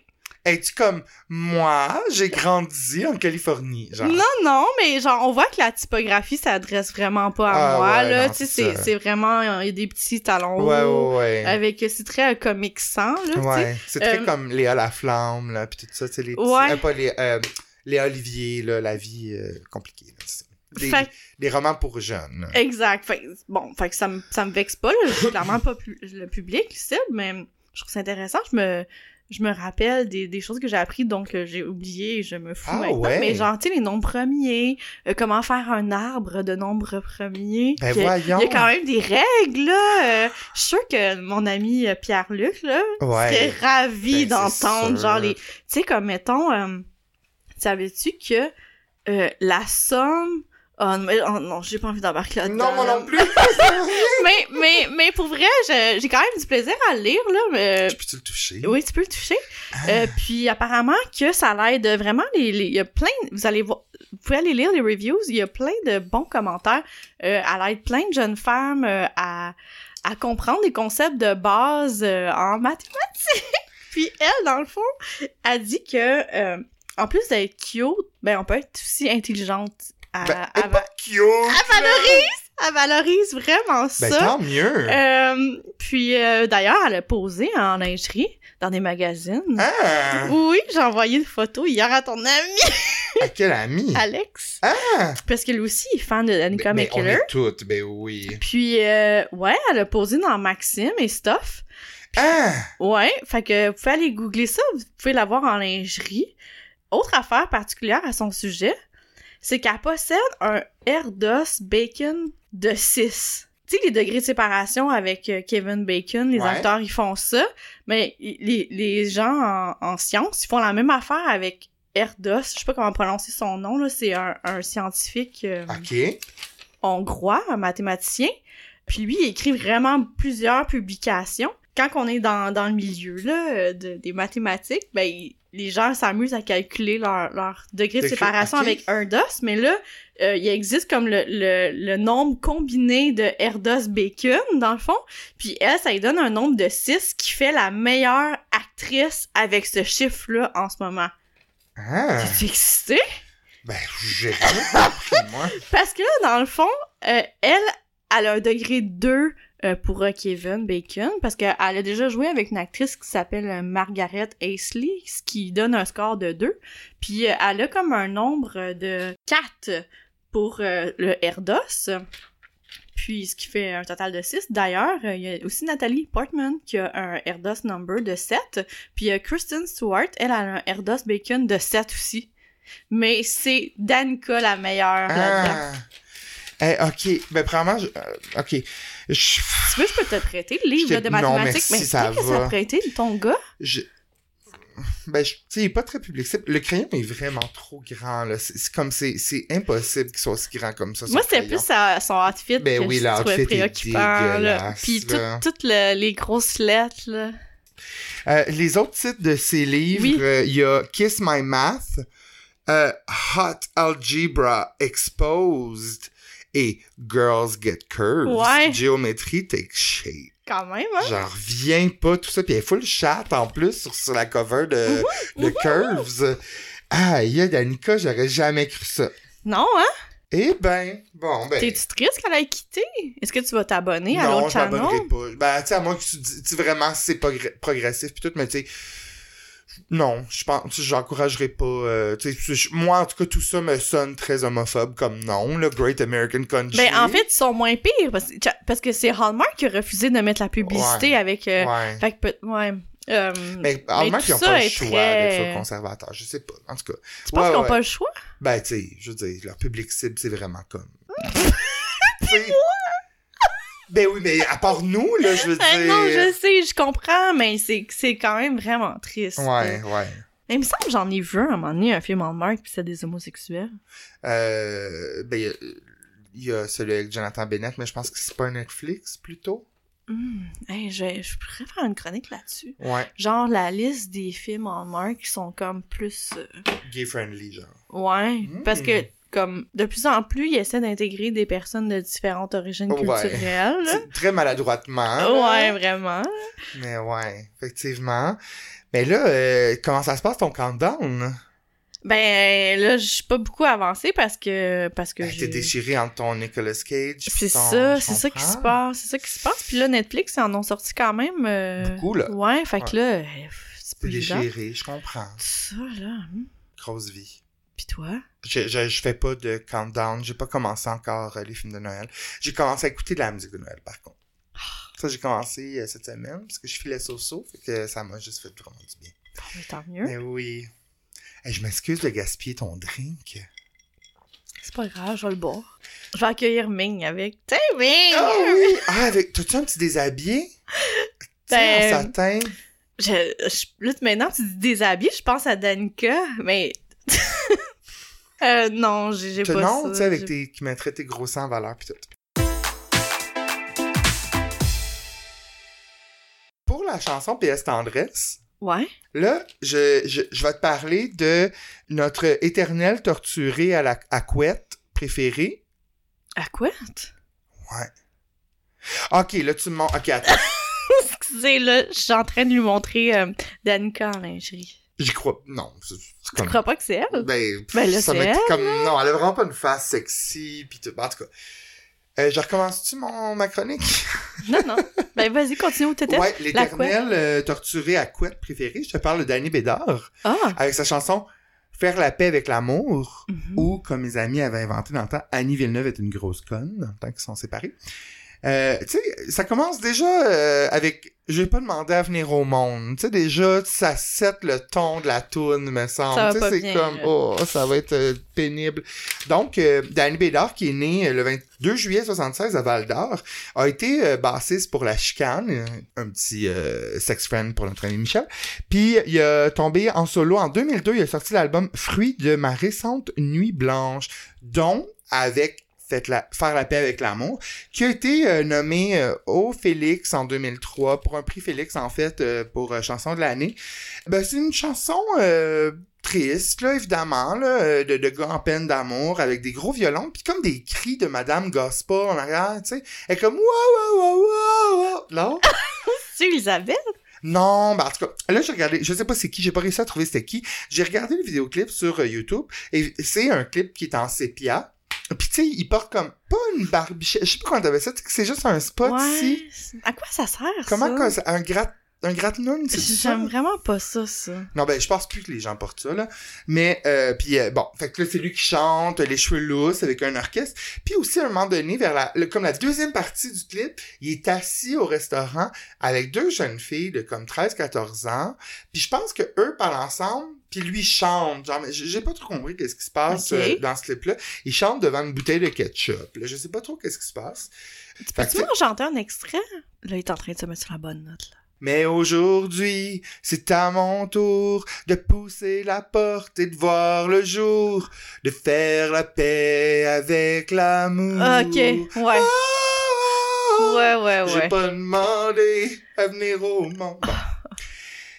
[SPEAKER 2] es-tu comme moi, j'ai grandi en Californie? Genre.
[SPEAKER 1] non, non, mais genre, on voit que la typographie s'adresse vraiment pas à
[SPEAKER 2] Ah
[SPEAKER 1] moi,
[SPEAKER 2] ouais,
[SPEAKER 1] là.
[SPEAKER 2] non,
[SPEAKER 1] Tu sais,
[SPEAKER 2] c'est
[SPEAKER 1] c'est-
[SPEAKER 2] ça.
[SPEAKER 1] c'est vraiment, euh, il y a des petits talons
[SPEAKER 2] Ouais,
[SPEAKER 1] hauts,
[SPEAKER 2] ouais, ouais.
[SPEAKER 1] avec, c'est très euh, comique sans, là, tu sais.
[SPEAKER 2] Ouais, c'est très
[SPEAKER 1] Euh,
[SPEAKER 2] comme Léa Laflamme, là, puis tout ça, tu sais, les petits...
[SPEAKER 1] Ouais.
[SPEAKER 2] euh, pas les... euh, Léa Olivier, là, la vie euh, compliquée, là, c'est- des,
[SPEAKER 1] Fait
[SPEAKER 2] des romans pour jeunes.
[SPEAKER 1] que- exact. Fait que- bon, fait que ça me, ça me vexe pas, là. Je suis clairement pas pu- le public, c'est, mais je trouve ça intéressant. Je me, je me rappelle des, des choses que j'ai apprises, donc euh, j'ai oublié et je me fous
[SPEAKER 2] Ah
[SPEAKER 1] maintenant.
[SPEAKER 2] ouais.
[SPEAKER 1] Mais genre, tu sais, les nombres premiers, euh, comment faire un arbre de nombres premiers.
[SPEAKER 2] Ben
[SPEAKER 1] que-
[SPEAKER 2] voyons!
[SPEAKER 1] Il y a quand même des règles, là. Euh, je suis sûre que mon ami euh, Pierre-Luc, là, serait
[SPEAKER 2] Ouais.
[SPEAKER 1] ravi
[SPEAKER 2] Ben, c'est
[SPEAKER 1] d'entendre,
[SPEAKER 2] sûr.
[SPEAKER 1] genre, les... Tu sais, comme, mettons, euh, savais-tu que euh, la somme Oh, mais, oh non, j'ai pas envie d'embarquer là-dedans.
[SPEAKER 2] Non, moi non plus.
[SPEAKER 1] mais, mais, mais pour vrai, je- j'ai quand même du plaisir à le lire, là. Mais...
[SPEAKER 2] Je peux-tu le toucher?
[SPEAKER 1] Oui, tu peux le toucher.
[SPEAKER 2] Ah.
[SPEAKER 1] Euh, puis apparemment que ça l'aide vraiment. les- les- Il y a plein. Vous allez voir. Vous pouvez aller lire les reviews. Il y a plein de bons commentaires. Euh, elle aide plein de jeunes femmes euh, à, à comprendre des concepts de base euh, en mathématiques. puis elle, dans le fond, a dit que euh, en plus d'être cute, ben on peut être aussi intelligente. À,
[SPEAKER 2] Ben,
[SPEAKER 1] à
[SPEAKER 2] elle est
[SPEAKER 1] va-
[SPEAKER 2] pas cute! là.
[SPEAKER 1] elle valorise, elle valorise vraiment
[SPEAKER 2] Ben,
[SPEAKER 1] ça.
[SPEAKER 2] tant mieux!
[SPEAKER 1] Euh, puis euh, d'ailleurs, elle a posé en lingerie dans des magazines.
[SPEAKER 2] Ah!
[SPEAKER 1] Oui, j'ai envoyé une photo hier à ton ami
[SPEAKER 2] À quel ami?
[SPEAKER 1] Alex.
[SPEAKER 2] Hein? Ah!
[SPEAKER 1] Parce que lui aussi il est fan de Danica
[SPEAKER 2] Ben, Mais- mais on
[SPEAKER 1] McKellar.
[SPEAKER 2] est toutes, ben oui.
[SPEAKER 1] Puis, euh, ouais, elle a posé dans Maxime et Stuff.
[SPEAKER 2] Ah!
[SPEAKER 1] Ouais, fait que vous pouvez aller googler ça, vous pouvez la voir en lingerie. Autre affaire particulière à son sujet, c'est qu'elle possède un Erdos Bacon de 6. Tu sais, les degrés de séparation avec euh, Kevin Bacon, les
[SPEAKER 2] Ouais.
[SPEAKER 1] acteurs, ils font ça, mais i- les, les gens en, en science, ils font la même affaire avec Erdos, je sais pas comment prononcer son nom, là, c'est un, un scientifique... euh,
[SPEAKER 2] OK.
[SPEAKER 1] hongrois, un mathématicien. Puis lui, il écrit vraiment plusieurs publications. Quand on est dans, dans le milieu là, euh, de- des mathématiques, ben, il- les gens s'amusent à calculer leur, leur degré de
[SPEAKER 2] Degré-
[SPEAKER 1] séparation
[SPEAKER 2] ok.
[SPEAKER 1] avec Erdos, mais là, euh, il existe comme le, le, le nombre combiné de Erdos-Bacon, dans le fond. Puis elle, ça lui donne un nombre de 6 qui fait la meilleure actrice avec ce chiffre-là en ce moment.
[SPEAKER 2] Ah!
[SPEAKER 1] T'es excitée?
[SPEAKER 2] Ben, j'ai rien compris, moi.
[SPEAKER 1] Parce que là, dans le fond, euh, elle, elle a un degré 2 euh, pour euh, Kevin Bacon, parce qu'elle a déjà joué avec une actrice qui s'appelle euh, Margaret Aisley, ce qui donne un score de 2. Puis euh, elle a comme un nombre euh, de 4 pour euh, le Erdos. Puis, ce qui fait un total de 6. D'ailleurs, euh, il y a aussi Nathalie Portman qui a un Erdos number de 7. Puis, euh, Kristen Stewart, elle elle a un Erdos Bacon de 7 aussi. Mais c'est Danica la meilleure là-dedans.
[SPEAKER 2] Ah! Eh, OK. Ben, premièrement, je- euh, OK. Je...
[SPEAKER 1] Tu veux, je peux te prêter le
[SPEAKER 2] Je
[SPEAKER 1] livre
[SPEAKER 2] te-
[SPEAKER 1] là, de
[SPEAKER 2] non,
[SPEAKER 1] mathématiques,
[SPEAKER 2] merci,
[SPEAKER 1] mais
[SPEAKER 2] ça
[SPEAKER 1] peut-être que
[SPEAKER 2] va.
[SPEAKER 1] ça prêté de ton gars.
[SPEAKER 2] je... Ben, je- tu sais, il est pas très public. C'est- Le crayon est vraiment trop grand, là. C'est c'est comme, c'est c'est impossible qu'il soit aussi grand comme ça.
[SPEAKER 1] Moi,
[SPEAKER 2] son
[SPEAKER 1] c'était
[SPEAKER 2] crayon.
[SPEAKER 1] plus sa- son outfit
[SPEAKER 2] Ben
[SPEAKER 1] que
[SPEAKER 2] oui,
[SPEAKER 1] je trouvais
[SPEAKER 2] l'outfit est
[SPEAKER 1] préoccupant. Là.
[SPEAKER 2] dégueulasse,
[SPEAKER 1] Puis tout-
[SPEAKER 2] là.
[SPEAKER 1] toutes le- les grosses lettres. Là.
[SPEAKER 2] Euh, les autres titres de ses livres,
[SPEAKER 1] Oui.
[SPEAKER 2] euh, il y a Kiss My Math, euh, Hot Algebra Exposed et Girls Get Curves.
[SPEAKER 1] Ouais.
[SPEAKER 2] Geometry Takes Shape.
[SPEAKER 1] Quand même, hein?
[SPEAKER 2] J'en reviens pas, tout ça. Puis elle est full chatte en plus sur, sur la cover de, de Curves. Aïe, ah, Danica, j'aurais jamais cru ça.
[SPEAKER 1] Non, hein?
[SPEAKER 2] Eh ben, bon, ben.
[SPEAKER 1] T'es-tu triste qu'elle ait quitté? Est-ce que tu vas t'abonner à
[SPEAKER 2] Non,
[SPEAKER 1] l'autre
[SPEAKER 2] je
[SPEAKER 1] channel?
[SPEAKER 2] m'abonnerai pas. Ben, tu sais, à moins que tu dis tu sais, vraiment si c'est progr- progressif puis tout, mais tu sais. Non, je pense, tu sais, j'encouragerai pas. euh, tu sais, tu sais, je- moi, en tout cas, tout ça me sonne très homophobe comme nom, le Great American Country.
[SPEAKER 1] Ben, en fait, ils sont moins pires parce, tcha- parce que c'est Hallmark qui a refusé de mettre la publicité
[SPEAKER 2] Ouais.
[SPEAKER 1] avec. euh,
[SPEAKER 2] ouais. Ben,
[SPEAKER 1] Fait que peut- Ouais. Euh,
[SPEAKER 2] Mais en même
[SPEAKER 1] tout
[SPEAKER 2] qu'ils ont
[SPEAKER 1] ça
[SPEAKER 2] pas le
[SPEAKER 1] est
[SPEAKER 2] choix
[SPEAKER 1] très-
[SPEAKER 2] d'être conservateur, je sais pas. En tout cas,
[SPEAKER 1] tu penses
[SPEAKER 2] ouais,
[SPEAKER 1] qu'ils ont
[SPEAKER 2] ouais.
[SPEAKER 1] pas le choix?
[SPEAKER 2] ben, tu sais, je veux dire, leur public cible, c'est vraiment comme. Tu sais- Ben oui, mais à part nous, là, je veux
[SPEAKER 1] Ben
[SPEAKER 2] dire.
[SPEAKER 1] non, je sais, je comprends, mais c'est c'est quand même vraiment triste.
[SPEAKER 2] Ouais, ouais.
[SPEAKER 1] Mais il me semble que j'en ai vu un, à un moment donné, un film en marque, puis c'est des homosexuels.
[SPEAKER 2] Euh, ben, il y a- il y, a celui avec Jonathan Bennett, mais je pense que c'est pas Netflix, plutôt.
[SPEAKER 1] Hmm. Hey, je, je pourrais faire une chronique là-dessus.
[SPEAKER 2] Ouais.
[SPEAKER 1] Genre, la liste des films en marque qui sont comme plus... euh,
[SPEAKER 2] Gay-friendly, genre.
[SPEAKER 1] Ouais,
[SPEAKER 2] Hmm.
[SPEAKER 1] parce que, comme, de plus en plus, ils essaient d'intégrer des personnes de différentes origines
[SPEAKER 2] Ouais.
[SPEAKER 1] culturelles. là.
[SPEAKER 2] C'est Très maladroitement.
[SPEAKER 1] ouais,
[SPEAKER 2] là.
[SPEAKER 1] vraiment.
[SPEAKER 2] Mais ouais, effectivement. Mais là, euh, comment ça se passe ton countdown?
[SPEAKER 1] Ben, là, je suis pas beaucoup avancée parce que... Parce que
[SPEAKER 2] Ben, T'es
[SPEAKER 1] j'ai-
[SPEAKER 2] déchiré entre ton Nicolas Cage. puis
[SPEAKER 1] C'est
[SPEAKER 2] ton-
[SPEAKER 1] ça,
[SPEAKER 2] je
[SPEAKER 1] c'est ça qui se
[SPEAKER 2] comprends.
[SPEAKER 1] passe, c'est ça qui se passe. Puis là, Netflix, ils en ont sorti quand même... euh,
[SPEAKER 2] Beaucoup, là.
[SPEAKER 1] Ouais, fait que là, euh, c'est
[SPEAKER 2] T'es
[SPEAKER 1] plus évident.
[SPEAKER 2] déchiré, je comprends.
[SPEAKER 1] Ça, là. hmm.
[SPEAKER 2] Grosse vie.
[SPEAKER 1] Puis toi?
[SPEAKER 2] Je, je, je fais pas de countdown, j'ai pas commencé encore euh, les films de Noël. J'ai commencé à écouter de la musique de Noël, par contre. Ça, j'ai commencé euh, cette semaine, parce que je filais so-so, fait que ça m'a juste fait vraiment du bien.
[SPEAKER 1] Bon, mais tant mieux.
[SPEAKER 2] Mais oui. Eh, je m'excuse de gaspiller ton
[SPEAKER 1] Eh,
[SPEAKER 2] drink.
[SPEAKER 1] C'est pas grave, je vais le boire. Je vais accueillir Ming avec. T'es Ming!
[SPEAKER 2] Ah oui! Ah, avec... T'as-tu un petit déshabillé? Tu sais,
[SPEAKER 1] Ben-
[SPEAKER 2] en satin?
[SPEAKER 1] Je, je- là, maintenant, tu dis déshabillé, je pense à Danica, mais. Euh, non, j'ai j'ai
[SPEAKER 2] Te-
[SPEAKER 1] pas
[SPEAKER 2] non,
[SPEAKER 1] ça.
[SPEAKER 2] tu sais, avec
[SPEAKER 1] J'ai-
[SPEAKER 2] tes, qui mettrait tes gros seins en valeur pis tout. Pour la chanson PS Tendresse,
[SPEAKER 1] Ouais.
[SPEAKER 2] là, je, je, je vais te parler de notre éternel torturé à la à couette préféré.
[SPEAKER 1] À quoi?
[SPEAKER 2] Ok, là, tu me montres. Ok, attends.
[SPEAKER 1] Excusez, là, je suis en train de lui montrer euh, Danica en lingerie.
[SPEAKER 2] J'y crois. Non, c'est c'est
[SPEAKER 1] Tu
[SPEAKER 2] comme.
[SPEAKER 1] crois pas que c'est elle?
[SPEAKER 2] Ben, pff,
[SPEAKER 1] Ben là,
[SPEAKER 2] ça
[SPEAKER 1] c'est
[SPEAKER 2] m'était
[SPEAKER 1] elle,
[SPEAKER 2] comme. Non, elle a vraiment pas une face sexy pis tout. En tout cas. Euh, je recommence-tu mon, ma chronique?
[SPEAKER 1] Non, non. Ben, vas-y, continue où t'étais.
[SPEAKER 2] Ouais, l'éternel euh, torturé à couette préféré. Je te parle de Danny Bédard
[SPEAKER 1] Ah!
[SPEAKER 2] avec sa chanson Faire la paix avec l'amour,
[SPEAKER 1] Mhm.
[SPEAKER 2] où, comme mes amis avaient inventé dans le temps, Annie Villeneuve est une grosse conne, dans le temps qu'ils sont séparés. Euh, tu sais, ça commence déjà euh, avec J'ai pas demandé à venir au monde. Tu sais, déjà, ça set le ton de la toune, me semble.
[SPEAKER 1] Ça va
[SPEAKER 2] Tu sais,
[SPEAKER 1] pas
[SPEAKER 2] c'est
[SPEAKER 1] bien,
[SPEAKER 2] comme,
[SPEAKER 1] là.
[SPEAKER 2] oh, ça va être euh, pénible. Donc, euh, Danny Bédard, qui est né euh, le 22 juillet 76 à Val d'Or, a été euh, bassiste pour La Chicane, euh, un petit euh, sex friend pour notre ami Michel. Puis il a tombé en solo en 2002, il a sorti l'album Fruit de ma récente nuit blanche, dont avec Faites la, Faire la paix avec l'amour, qui a été euh, nommé euh, au Félix en 2003 pour un prix Félix en fait euh, pour euh, chanson de l'année. Ben, c'est une chanson euh, triste là évidemment là, euh, de, de gars en peine d'amour avec des gros violons puis comme des cris de Madame Gaspard en arrière, tu sais, elle est comme wow wow wow wow wow là.
[SPEAKER 1] C'est Elisabeth?
[SPEAKER 2] Non, ben en tout cas, là j'ai regardé, je sais pas c'est qui, j'ai pas réussi à trouver c'était qui. J'ai regardé le vidéoclip sur euh, YouTube et c'est un clip qui est en sépia. Puis tu sais, il porte comme pas une barbichette, je sais pas comment t'appelles ça, tu sais que c'est juste un spot ici.
[SPEAKER 1] ouais. À quoi ça sert,
[SPEAKER 2] Comment
[SPEAKER 1] ça?
[SPEAKER 2] que- un gratte un gratte-noun, c'est ça?
[SPEAKER 1] J'aime vraiment pas ça, ça.
[SPEAKER 2] Non, ben, je pense plus que les gens portent ça, là. Mais, euh, puis euh, bon, fait que là, c'est lui qui chante, les cheveux lousses avec un orchestre. Puis aussi, à un moment donné, vers la, le- comme la deuxième partie du clip, il est assis au restaurant avec deux jeunes filles de comme 13-14 ans. Puis je pense que eux parlent ensemble, puis lui chante. Genre, mais j- j'ai pas trop compris qu'est-ce qui se passe
[SPEAKER 1] Ok.
[SPEAKER 2] euh, dans ce clip-là. Il chante devant une bouteille de ketchup. Là, je sais pas trop qu'est-ce qui se passe.
[SPEAKER 1] Tu
[SPEAKER 2] Fait que
[SPEAKER 1] peux-tu m'en chanter un extrait? Là, il est en train de se mettre sur la bonne note, là.
[SPEAKER 2] Mais aujourd'hui, c'est à mon tour de pousser la porte et de voir le jour, de faire la paix avec l'amour.
[SPEAKER 1] Ok, Mmh. ouais.
[SPEAKER 2] Ah,
[SPEAKER 1] Ouais, ouais,
[SPEAKER 2] J'ai
[SPEAKER 1] ouais.
[SPEAKER 2] pas demandé à venir au monde. Bon.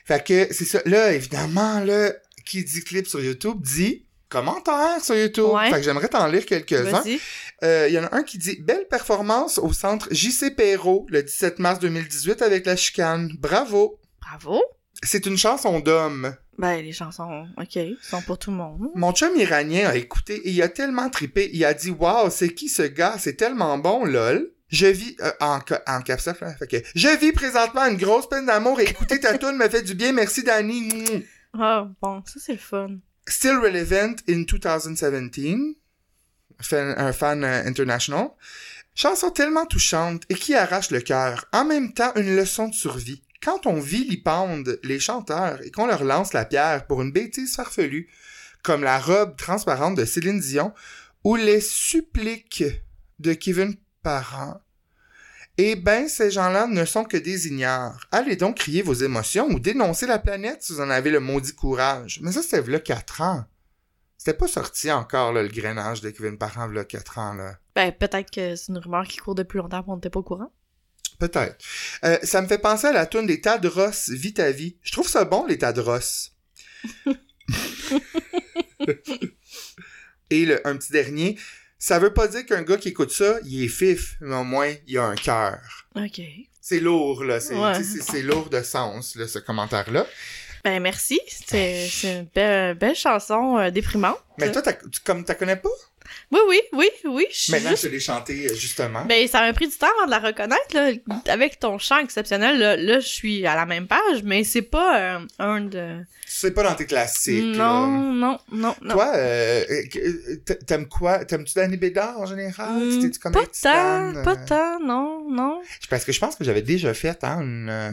[SPEAKER 2] fait que c'est ça. Là, évidemment, là, qui dit clip sur YouTube dit commentaire sur YouTube.
[SPEAKER 1] Ouais.
[SPEAKER 2] Fait que j'aimerais t'en lire quelques-uns.
[SPEAKER 1] Vas-y.
[SPEAKER 2] Euh, Il y en a un qui dit Belle performance au centre JC Perrault le 17 mars 2018 avec la chicane. Bravo!
[SPEAKER 1] Bravo.
[SPEAKER 2] C'est une chanson d'homme.
[SPEAKER 1] Ben, les chansons, OK, sont pour tout le monde.
[SPEAKER 2] Mon chum iranien a écouté et il a tellement trippé. Il a dit Waouh, c'est qui ce gars? C'est tellement bon, lol. Je vis euh, en, ca- en caps lock, hein, fait que, je vis présentement une grosse peine d'amour. et Écouter ta tune me fait du bien. Merci Danny. Mouah.
[SPEAKER 1] Ah, bon, ça, c'est le fun.
[SPEAKER 2] Still relevant in 2017. Fan- un fan euh, international. Chanson tellement touchante et qui arrache le cœur. En même temps, une leçon de survie. Quand on vilipende les chanteurs et qu'on leur lance la pierre pour une bêtise farfelue, comme la robe transparente de Céline Dion ou les suppliques de Kevin Parent, eh ben, ces gens-là ne sont que des ignares. Allez donc crier vos émotions ou dénoncer la planète si vous en avez le maudit courage. Mais ça, c'était v'là 4 ans. C'était pas sorti encore, là, le grainage de Kevin Parent v'là 4 ans, là.
[SPEAKER 1] Ben, peut-être que c'est une rumeur qui court depuis longtemps, puis on n'était pas au courant.
[SPEAKER 2] Peut-être. Euh, ça me fait penser à la tune des Tadros, Vie ta vie. Je trouve ça bon, les Tadros. Et le, un petit dernier. Ça veut pas dire qu'un gars qui écoute ça, il est fif, mais au moins, il a un cœur.
[SPEAKER 1] OK.
[SPEAKER 2] C'est lourd, là. C'est
[SPEAKER 1] Ouais.
[SPEAKER 2] tu sais, c'est- c'est lourd de sens, là, ce commentaire-là.
[SPEAKER 1] Ben, merci. C'est c'est une belle, belle chanson euh, déprimante.
[SPEAKER 2] Mais toi, t'as- tu- comme t'as connais pas,
[SPEAKER 1] Oui, oui, oui, oui. je suis
[SPEAKER 2] maintenant,
[SPEAKER 1] juste-
[SPEAKER 2] je te l'ai chanté, euh, justement.
[SPEAKER 1] Ben, ça m'a pris du temps avant de la reconnaître, là. Avec ton chant exceptionnel, là, là, je suis à la même page, mais c'est pas euh, un de...
[SPEAKER 2] C'est pas dans tes classiques, là.
[SPEAKER 1] Non, non, non, non.
[SPEAKER 2] Toi, euh, euh, t'a- t'aimes quoi? T'aimes-tu Danny Bédard, en général?
[SPEAKER 1] Hmm,
[SPEAKER 2] T'es-tu comme
[SPEAKER 1] pas
[SPEAKER 2] un petit fan,
[SPEAKER 1] tant, pas
[SPEAKER 2] euh?
[SPEAKER 1] tant, non, non.
[SPEAKER 2] Parce que je pense que j'avais déjà fait hein, une, euh,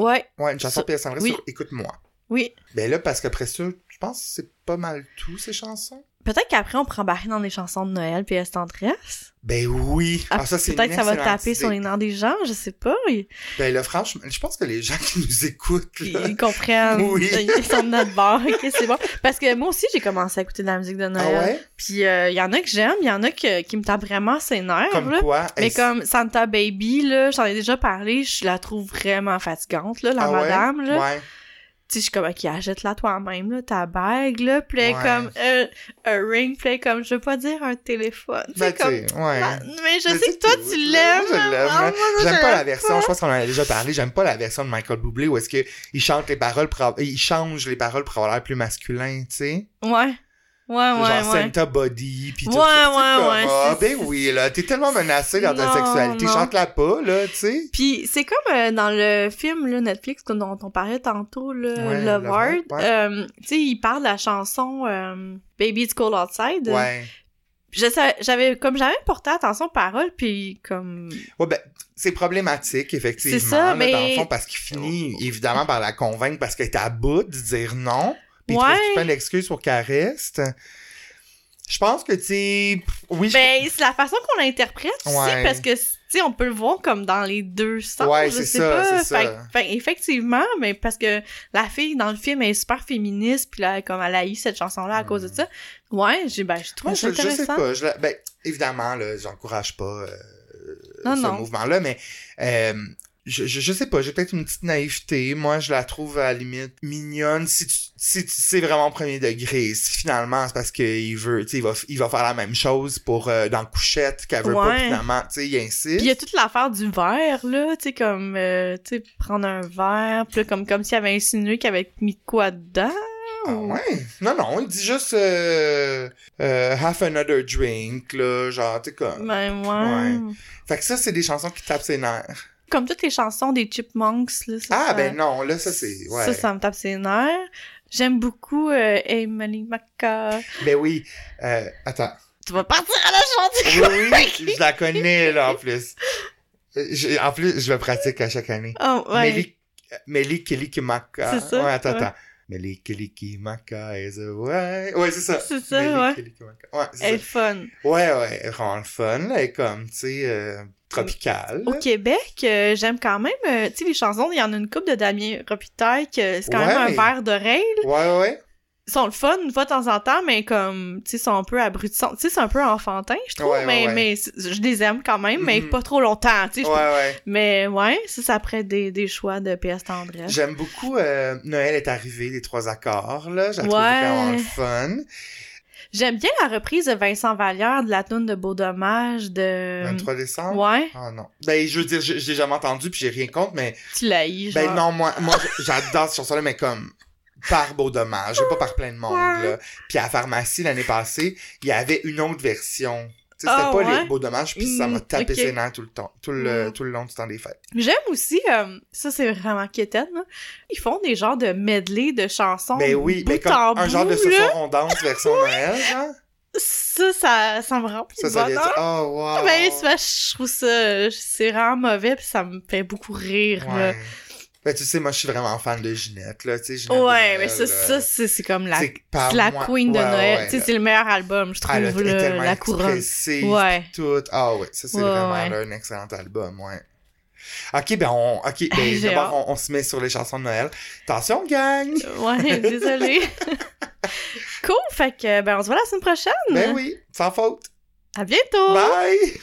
[SPEAKER 1] Ouais,
[SPEAKER 2] ouais, une chanson
[SPEAKER 1] Ça-
[SPEAKER 2] Pierre Sandré
[SPEAKER 1] oui.
[SPEAKER 2] sur Écoute-moi.
[SPEAKER 1] oui.
[SPEAKER 2] Ben là, parce qu'après ça, je pense que c'est pas mal tout, ces chansons.
[SPEAKER 1] Peut-être qu'après, on prend Barine dans des chansons de Noël puis elle se tendresse.
[SPEAKER 2] Ben oui. Ah, ça, c'est une
[SPEAKER 1] Peut-être que ça va
[SPEAKER 2] excellente
[SPEAKER 1] taper sur
[SPEAKER 2] idée.
[SPEAKER 1] les nerfs des gens, je sais pas. Ils,
[SPEAKER 2] Ben là, franchement, je pense que les gens qui nous écoutent, là,
[SPEAKER 1] ils comprennent.
[SPEAKER 2] Oui.
[SPEAKER 1] Ils sont de notre bord. Ok, c'est bon. Parce que moi aussi, j'ai commencé à écouter de la musique de
[SPEAKER 2] ah
[SPEAKER 1] Noël.
[SPEAKER 2] ouais?
[SPEAKER 1] Puis euh, il y en a que j'aime, il y en a que- qui me tapent vraiment ses nerfs.
[SPEAKER 2] Comme
[SPEAKER 1] là.
[SPEAKER 2] quoi?
[SPEAKER 1] Mais
[SPEAKER 2] est-ce-
[SPEAKER 1] comme Santa Baby, là, j'en ai déjà parlé, je la trouve vraiment fatigante, là, la
[SPEAKER 2] Ah ouais?
[SPEAKER 1] madame, là.
[SPEAKER 2] Ouais.
[SPEAKER 1] Tu sais, je suis comme, ok, achète-la toi-même, là, ta bague, là, puis elle est
[SPEAKER 2] Ouais.
[SPEAKER 1] comme, euh, un ring, puis elle est comme, je veux pas dire un téléphone. Tu sais,
[SPEAKER 2] Ben,
[SPEAKER 1] comme,
[SPEAKER 2] tu sais, ouais.
[SPEAKER 1] Ah, mais je
[SPEAKER 2] Mais
[SPEAKER 1] sais que
[SPEAKER 2] tu
[SPEAKER 1] toi,
[SPEAKER 2] sais,
[SPEAKER 1] tu
[SPEAKER 2] moi,
[SPEAKER 1] l'aimes.
[SPEAKER 2] je l'aime,
[SPEAKER 1] Ah,
[SPEAKER 2] hein.
[SPEAKER 1] moi, je
[SPEAKER 2] J'aime pas la
[SPEAKER 1] l'aime
[SPEAKER 2] version, je pense qu'on en a déjà parlé, j'aime pas la version de Michael Bublé où est-ce que il chante les paroles pour avoir- il change les paroles pour avoir l'air plus masculin, tu sais.
[SPEAKER 1] Ouais. Ouais, ouais,
[SPEAKER 2] Genre
[SPEAKER 1] ouais.
[SPEAKER 2] Santa Body puis tout
[SPEAKER 1] Ouais,
[SPEAKER 2] ça, tu sais,
[SPEAKER 1] ouais,
[SPEAKER 2] comme,
[SPEAKER 1] ouais,
[SPEAKER 2] Ah
[SPEAKER 1] c'est-
[SPEAKER 2] ben oui là, t'es tellement menacé dans ta
[SPEAKER 1] Non,
[SPEAKER 2] sexualité,
[SPEAKER 1] non.
[SPEAKER 2] chante la pas là, tu sais.
[SPEAKER 1] Puis c'est comme euh, dans le film là, Netflix que- dont on parlait tantôt, là,
[SPEAKER 2] Ouais,
[SPEAKER 1] Lovard.
[SPEAKER 2] Lovard, ouais.
[SPEAKER 1] euh, tu sais, il parle de la chanson euh, Baby It's Cold Outside.
[SPEAKER 2] Ouais.
[SPEAKER 1] Je sais- j'avais comme j'avais porté attention aux paroles, puis comme
[SPEAKER 2] Ouais, ben, c'est problématique, effectivement.
[SPEAKER 1] C'est ça,
[SPEAKER 2] là, Dans le
[SPEAKER 1] mais-
[SPEAKER 2] fond, parce qu'il finit, évidemment, par la convaincre parce qu'elle est à bout de dire non. Puis
[SPEAKER 1] Ouais.
[SPEAKER 2] il trouve pas d'excuse pour qu'elle reste. Je pense que, tu sais, oui, je-
[SPEAKER 1] ben c'est la façon qu'on l'interprète aussi
[SPEAKER 2] Ouais.
[SPEAKER 1] parce que tu sais on peut le voir comme dans les deux sens
[SPEAKER 2] Ouais,
[SPEAKER 1] je
[SPEAKER 2] c'est
[SPEAKER 1] sais
[SPEAKER 2] ça,
[SPEAKER 1] pas
[SPEAKER 2] c'est ça.
[SPEAKER 1] Fait que- fait que effectivement mais parce que la fille dans le film elle est super féministe puis là comme elle a eu cette chanson là à
[SPEAKER 2] Hmm.
[SPEAKER 1] cause de ça ouais j'ai ben je trouve
[SPEAKER 2] Moi,
[SPEAKER 1] ça
[SPEAKER 2] je, je
[SPEAKER 1] intéressant
[SPEAKER 2] sais pas. je la- ben, évidemment, là, j'encourage pas euh,
[SPEAKER 1] Non,
[SPEAKER 2] ce
[SPEAKER 1] non.
[SPEAKER 2] mouvement-là, mais euh, je, je, je sais pas. J'ai peut-être une petite naïveté. Moi, je la trouve à la limite mignonne. Si tu, si tu- c'est vraiment premier degré, si finalement c'est parce qu'il veut, tu sais, il va, f- il va faire la même chose pour euh, dans couchette qu'elle veut pas
[SPEAKER 1] Ouais.
[SPEAKER 2] puis finalement, tu sais, il
[SPEAKER 1] Puis
[SPEAKER 2] insiste.
[SPEAKER 1] il y a toute l'affaire du verre, là, tu sais, comme, euh, tu sais, prendre un verre, puis là, comme, comme s'il avait insinué qu'il avait mis de quoi dedans.
[SPEAKER 2] Ah ouais? Non, non, il dit juste euh, euh, half another drink, là, genre, tu sais, comme.
[SPEAKER 1] Ben, ouais.
[SPEAKER 2] Fait que ça, c'est des chansons qui tapent ses nerfs.
[SPEAKER 1] Comme toutes les chansons des Chipmunks, là. Ça,
[SPEAKER 2] Ah,
[SPEAKER 1] ça-
[SPEAKER 2] ben non, là, ça, c'est. Ouais.
[SPEAKER 1] Ça, ça me tape ses nerfs. J'aime beaucoup euh, Emily Maca.
[SPEAKER 2] Ben oui. Euh, attends.
[SPEAKER 1] Tu vas partir à la chantier!
[SPEAKER 2] Oui, oui, je la connais, là, en plus. Euh, j'ai- en plus, je le pratique à chaque année.
[SPEAKER 1] Oh, ouais.
[SPEAKER 2] Meli Meli Kilikimaka.
[SPEAKER 1] C'est ça,
[SPEAKER 2] Ouais, attends,
[SPEAKER 1] ouais.
[SPEAKER 2] attends. Meli Kilikimaka is a way. Ouais, c'est ça.
[SPEAKER 1] C'est ça,
[SPEAKER 2] Meli
[SPEAKER 1] ouais.
[SPEAKER 2] Kilikimaka. Ouais, c'est
[SPEAKER 1] Elle est fun.
[SPEAKER 2] ça. Ouais, ouais, elle est vraiment le fun, là. Elle est comme, tu sais, euh, tropicale.
[SPEAKER 1] Au Québec, euh, j'aime quand même, euh, tu sais, les chansons, il y en a une coupe de Damien Robitaille que c'est quand même un
[SPEAKER 2] Ouais.
[SPEAKER 1] verre d'oreille.
[SPEAKER 2] Ouais, ouais.
[SPEAKER 1] Ils sont le fun une fois de temps en temps, mais comme, tu sais, ils sont un peu abrutissants. Tu sais, c'est un peu enfantin, je trouve,
[SPEAKER 2] Ouais, ouais,
[SPEAKER 1] mais,
[SPEAKER 2] ouais.
[SPEAKER 1] mais c- je les aime quand même, mais
[SPEAKER 2] Mhm.
[SPEAKER 1] pas trop longtemps, tu sais. je-
[SPEAKER 2] Ouais, ouais.
[SPEAKER 1] Mais ouais, ça, ça prête des, des choix de PS Tendresse.
[SPEAKER 2] J'aime beaucoup euh, Noël est arrivé, les trois accords, là. Je la trouve
[SPEAKER 1] Ouais. Euh,
[SPEAKER 2] vraiment le fun.
[SPEAKER 1] J'aime bien la reprise de Vincent Vallière de la tune de Beau Dommage de...
[SPEAKER 2] 23 décembre.
[SPEAKER 1] Ouais,
[SPEAKER 2] Ah non. Ben, je veux dire, je, je l'ai jamais entendu puis j'ai rien contre, mais.
[SPEAKER 1] tu l'as eu, genre.
[SPEAKER 2] Ben non, moi, moi j- j'adore cette chanson-là, mais comme par beau dommage, pas par plein de monde, là. Puis à la pharmacie, l'année passée, il y avait une autre version. Tu sais, c'était
[SPEAKER 1] Ah,
[SPEAKER 2] pas
[SPEAKER 1] ouais?
[SPEAKER 2] les beaux dommages, puis ça m'a
[SPEAKER 1] Mm,
[SPEAKER 2] tapé
[SPEAKER 1] ok.
[SPEAKER 2] ses nerfs tout le temps, tout le,
[SPEAKER 1] Mm.
[SPEAKER 2] tout le long du temps des fêtes.
[SPEAKER 1] J'aime aussi, euh, ça c'est vraiment quétaine, là. ils font des genres de medley de chansons
[SPEAKER 2] Ben oui,
[SPEAKER 1] bout
[SPEAKER 2] mais comme
[SPEAKER 1] en
[SPEAKER 2] un
[SPEAKER 1] bout,
[SPEAKER 2] genre de
[SPEAKER 1] là.
[SPEAKER 2] saucisson rondance version Noël, genre.
[SPEAKER 1] Ça, ça, ça me remplit
[SPEAKER 2] Ça,
[SPEAKER 1] de
[SPEAKER 2] ça vient de
[SPEAKER 1] bonheur.
[SPEAKER 2] ça. Oh, wow.
[SPEAKER 1] Ben, c'est parce que je trouve ça, c'est vraiment mauvais pis ça me fait beaucoup rire, là.
[SPEAKER 2] Ouais. Ben, tu sais, moi, je suis vraiment fan de Ginette, là, tu sais. Ginette de
[SPEAKER 1] Ouais,
[SPEAKER 2] Noël,
[SPEAKER 1] mais ça,
[SPEAKER 2] là.
[SPEAKER 1] ça, c'est c'est comme la,
[SPEAKER 2] C'est par
[SPEAKER 1] c'est la
[SPEAKER 2] moi-
[SPEAKER 1] queen de
[SPEAKER 2] ouais,
[SPEAKER 1] Noël.
[SPEAKER 2] ouais,
[SPEAKER 1] tu sais,
[SPEAKER 2] là.
[SPEAKER 1] c'est le meilleur album, je trouve,
[SPEAKER 2] Elle a- elle est
[SPEAKER 1] là,
[SPEAKER 2] tellement
[SPEAKER 1] la couronne.
[SPEAKER 2] expressive,
[SPEAKER 1] Ouais.
[SPEAKER 2] tout. Ah ouais, ça c'est
[SPEAKER 1] Ouais,
[SPEAKER 2] vraiment
[SPEAKER 1] ouais.
[SPEAKER 2] là, un excellent album, ouais. Ok, ben on, ok, ben,
[SPEAKER 1] J'ai Mmh.
[SPEAKER 2] d'abord on, on se met sur les chansons de Noël. Attention, gang!
[SPEAKER 1] Ouais, désolé. cool, fait que, ben, on se voit la semaine prochaine.
[SPEAKER 2] Ben oui, sans faute.
[SPEAKER 1] À bientôt!
[SPEAKER 2] Bye!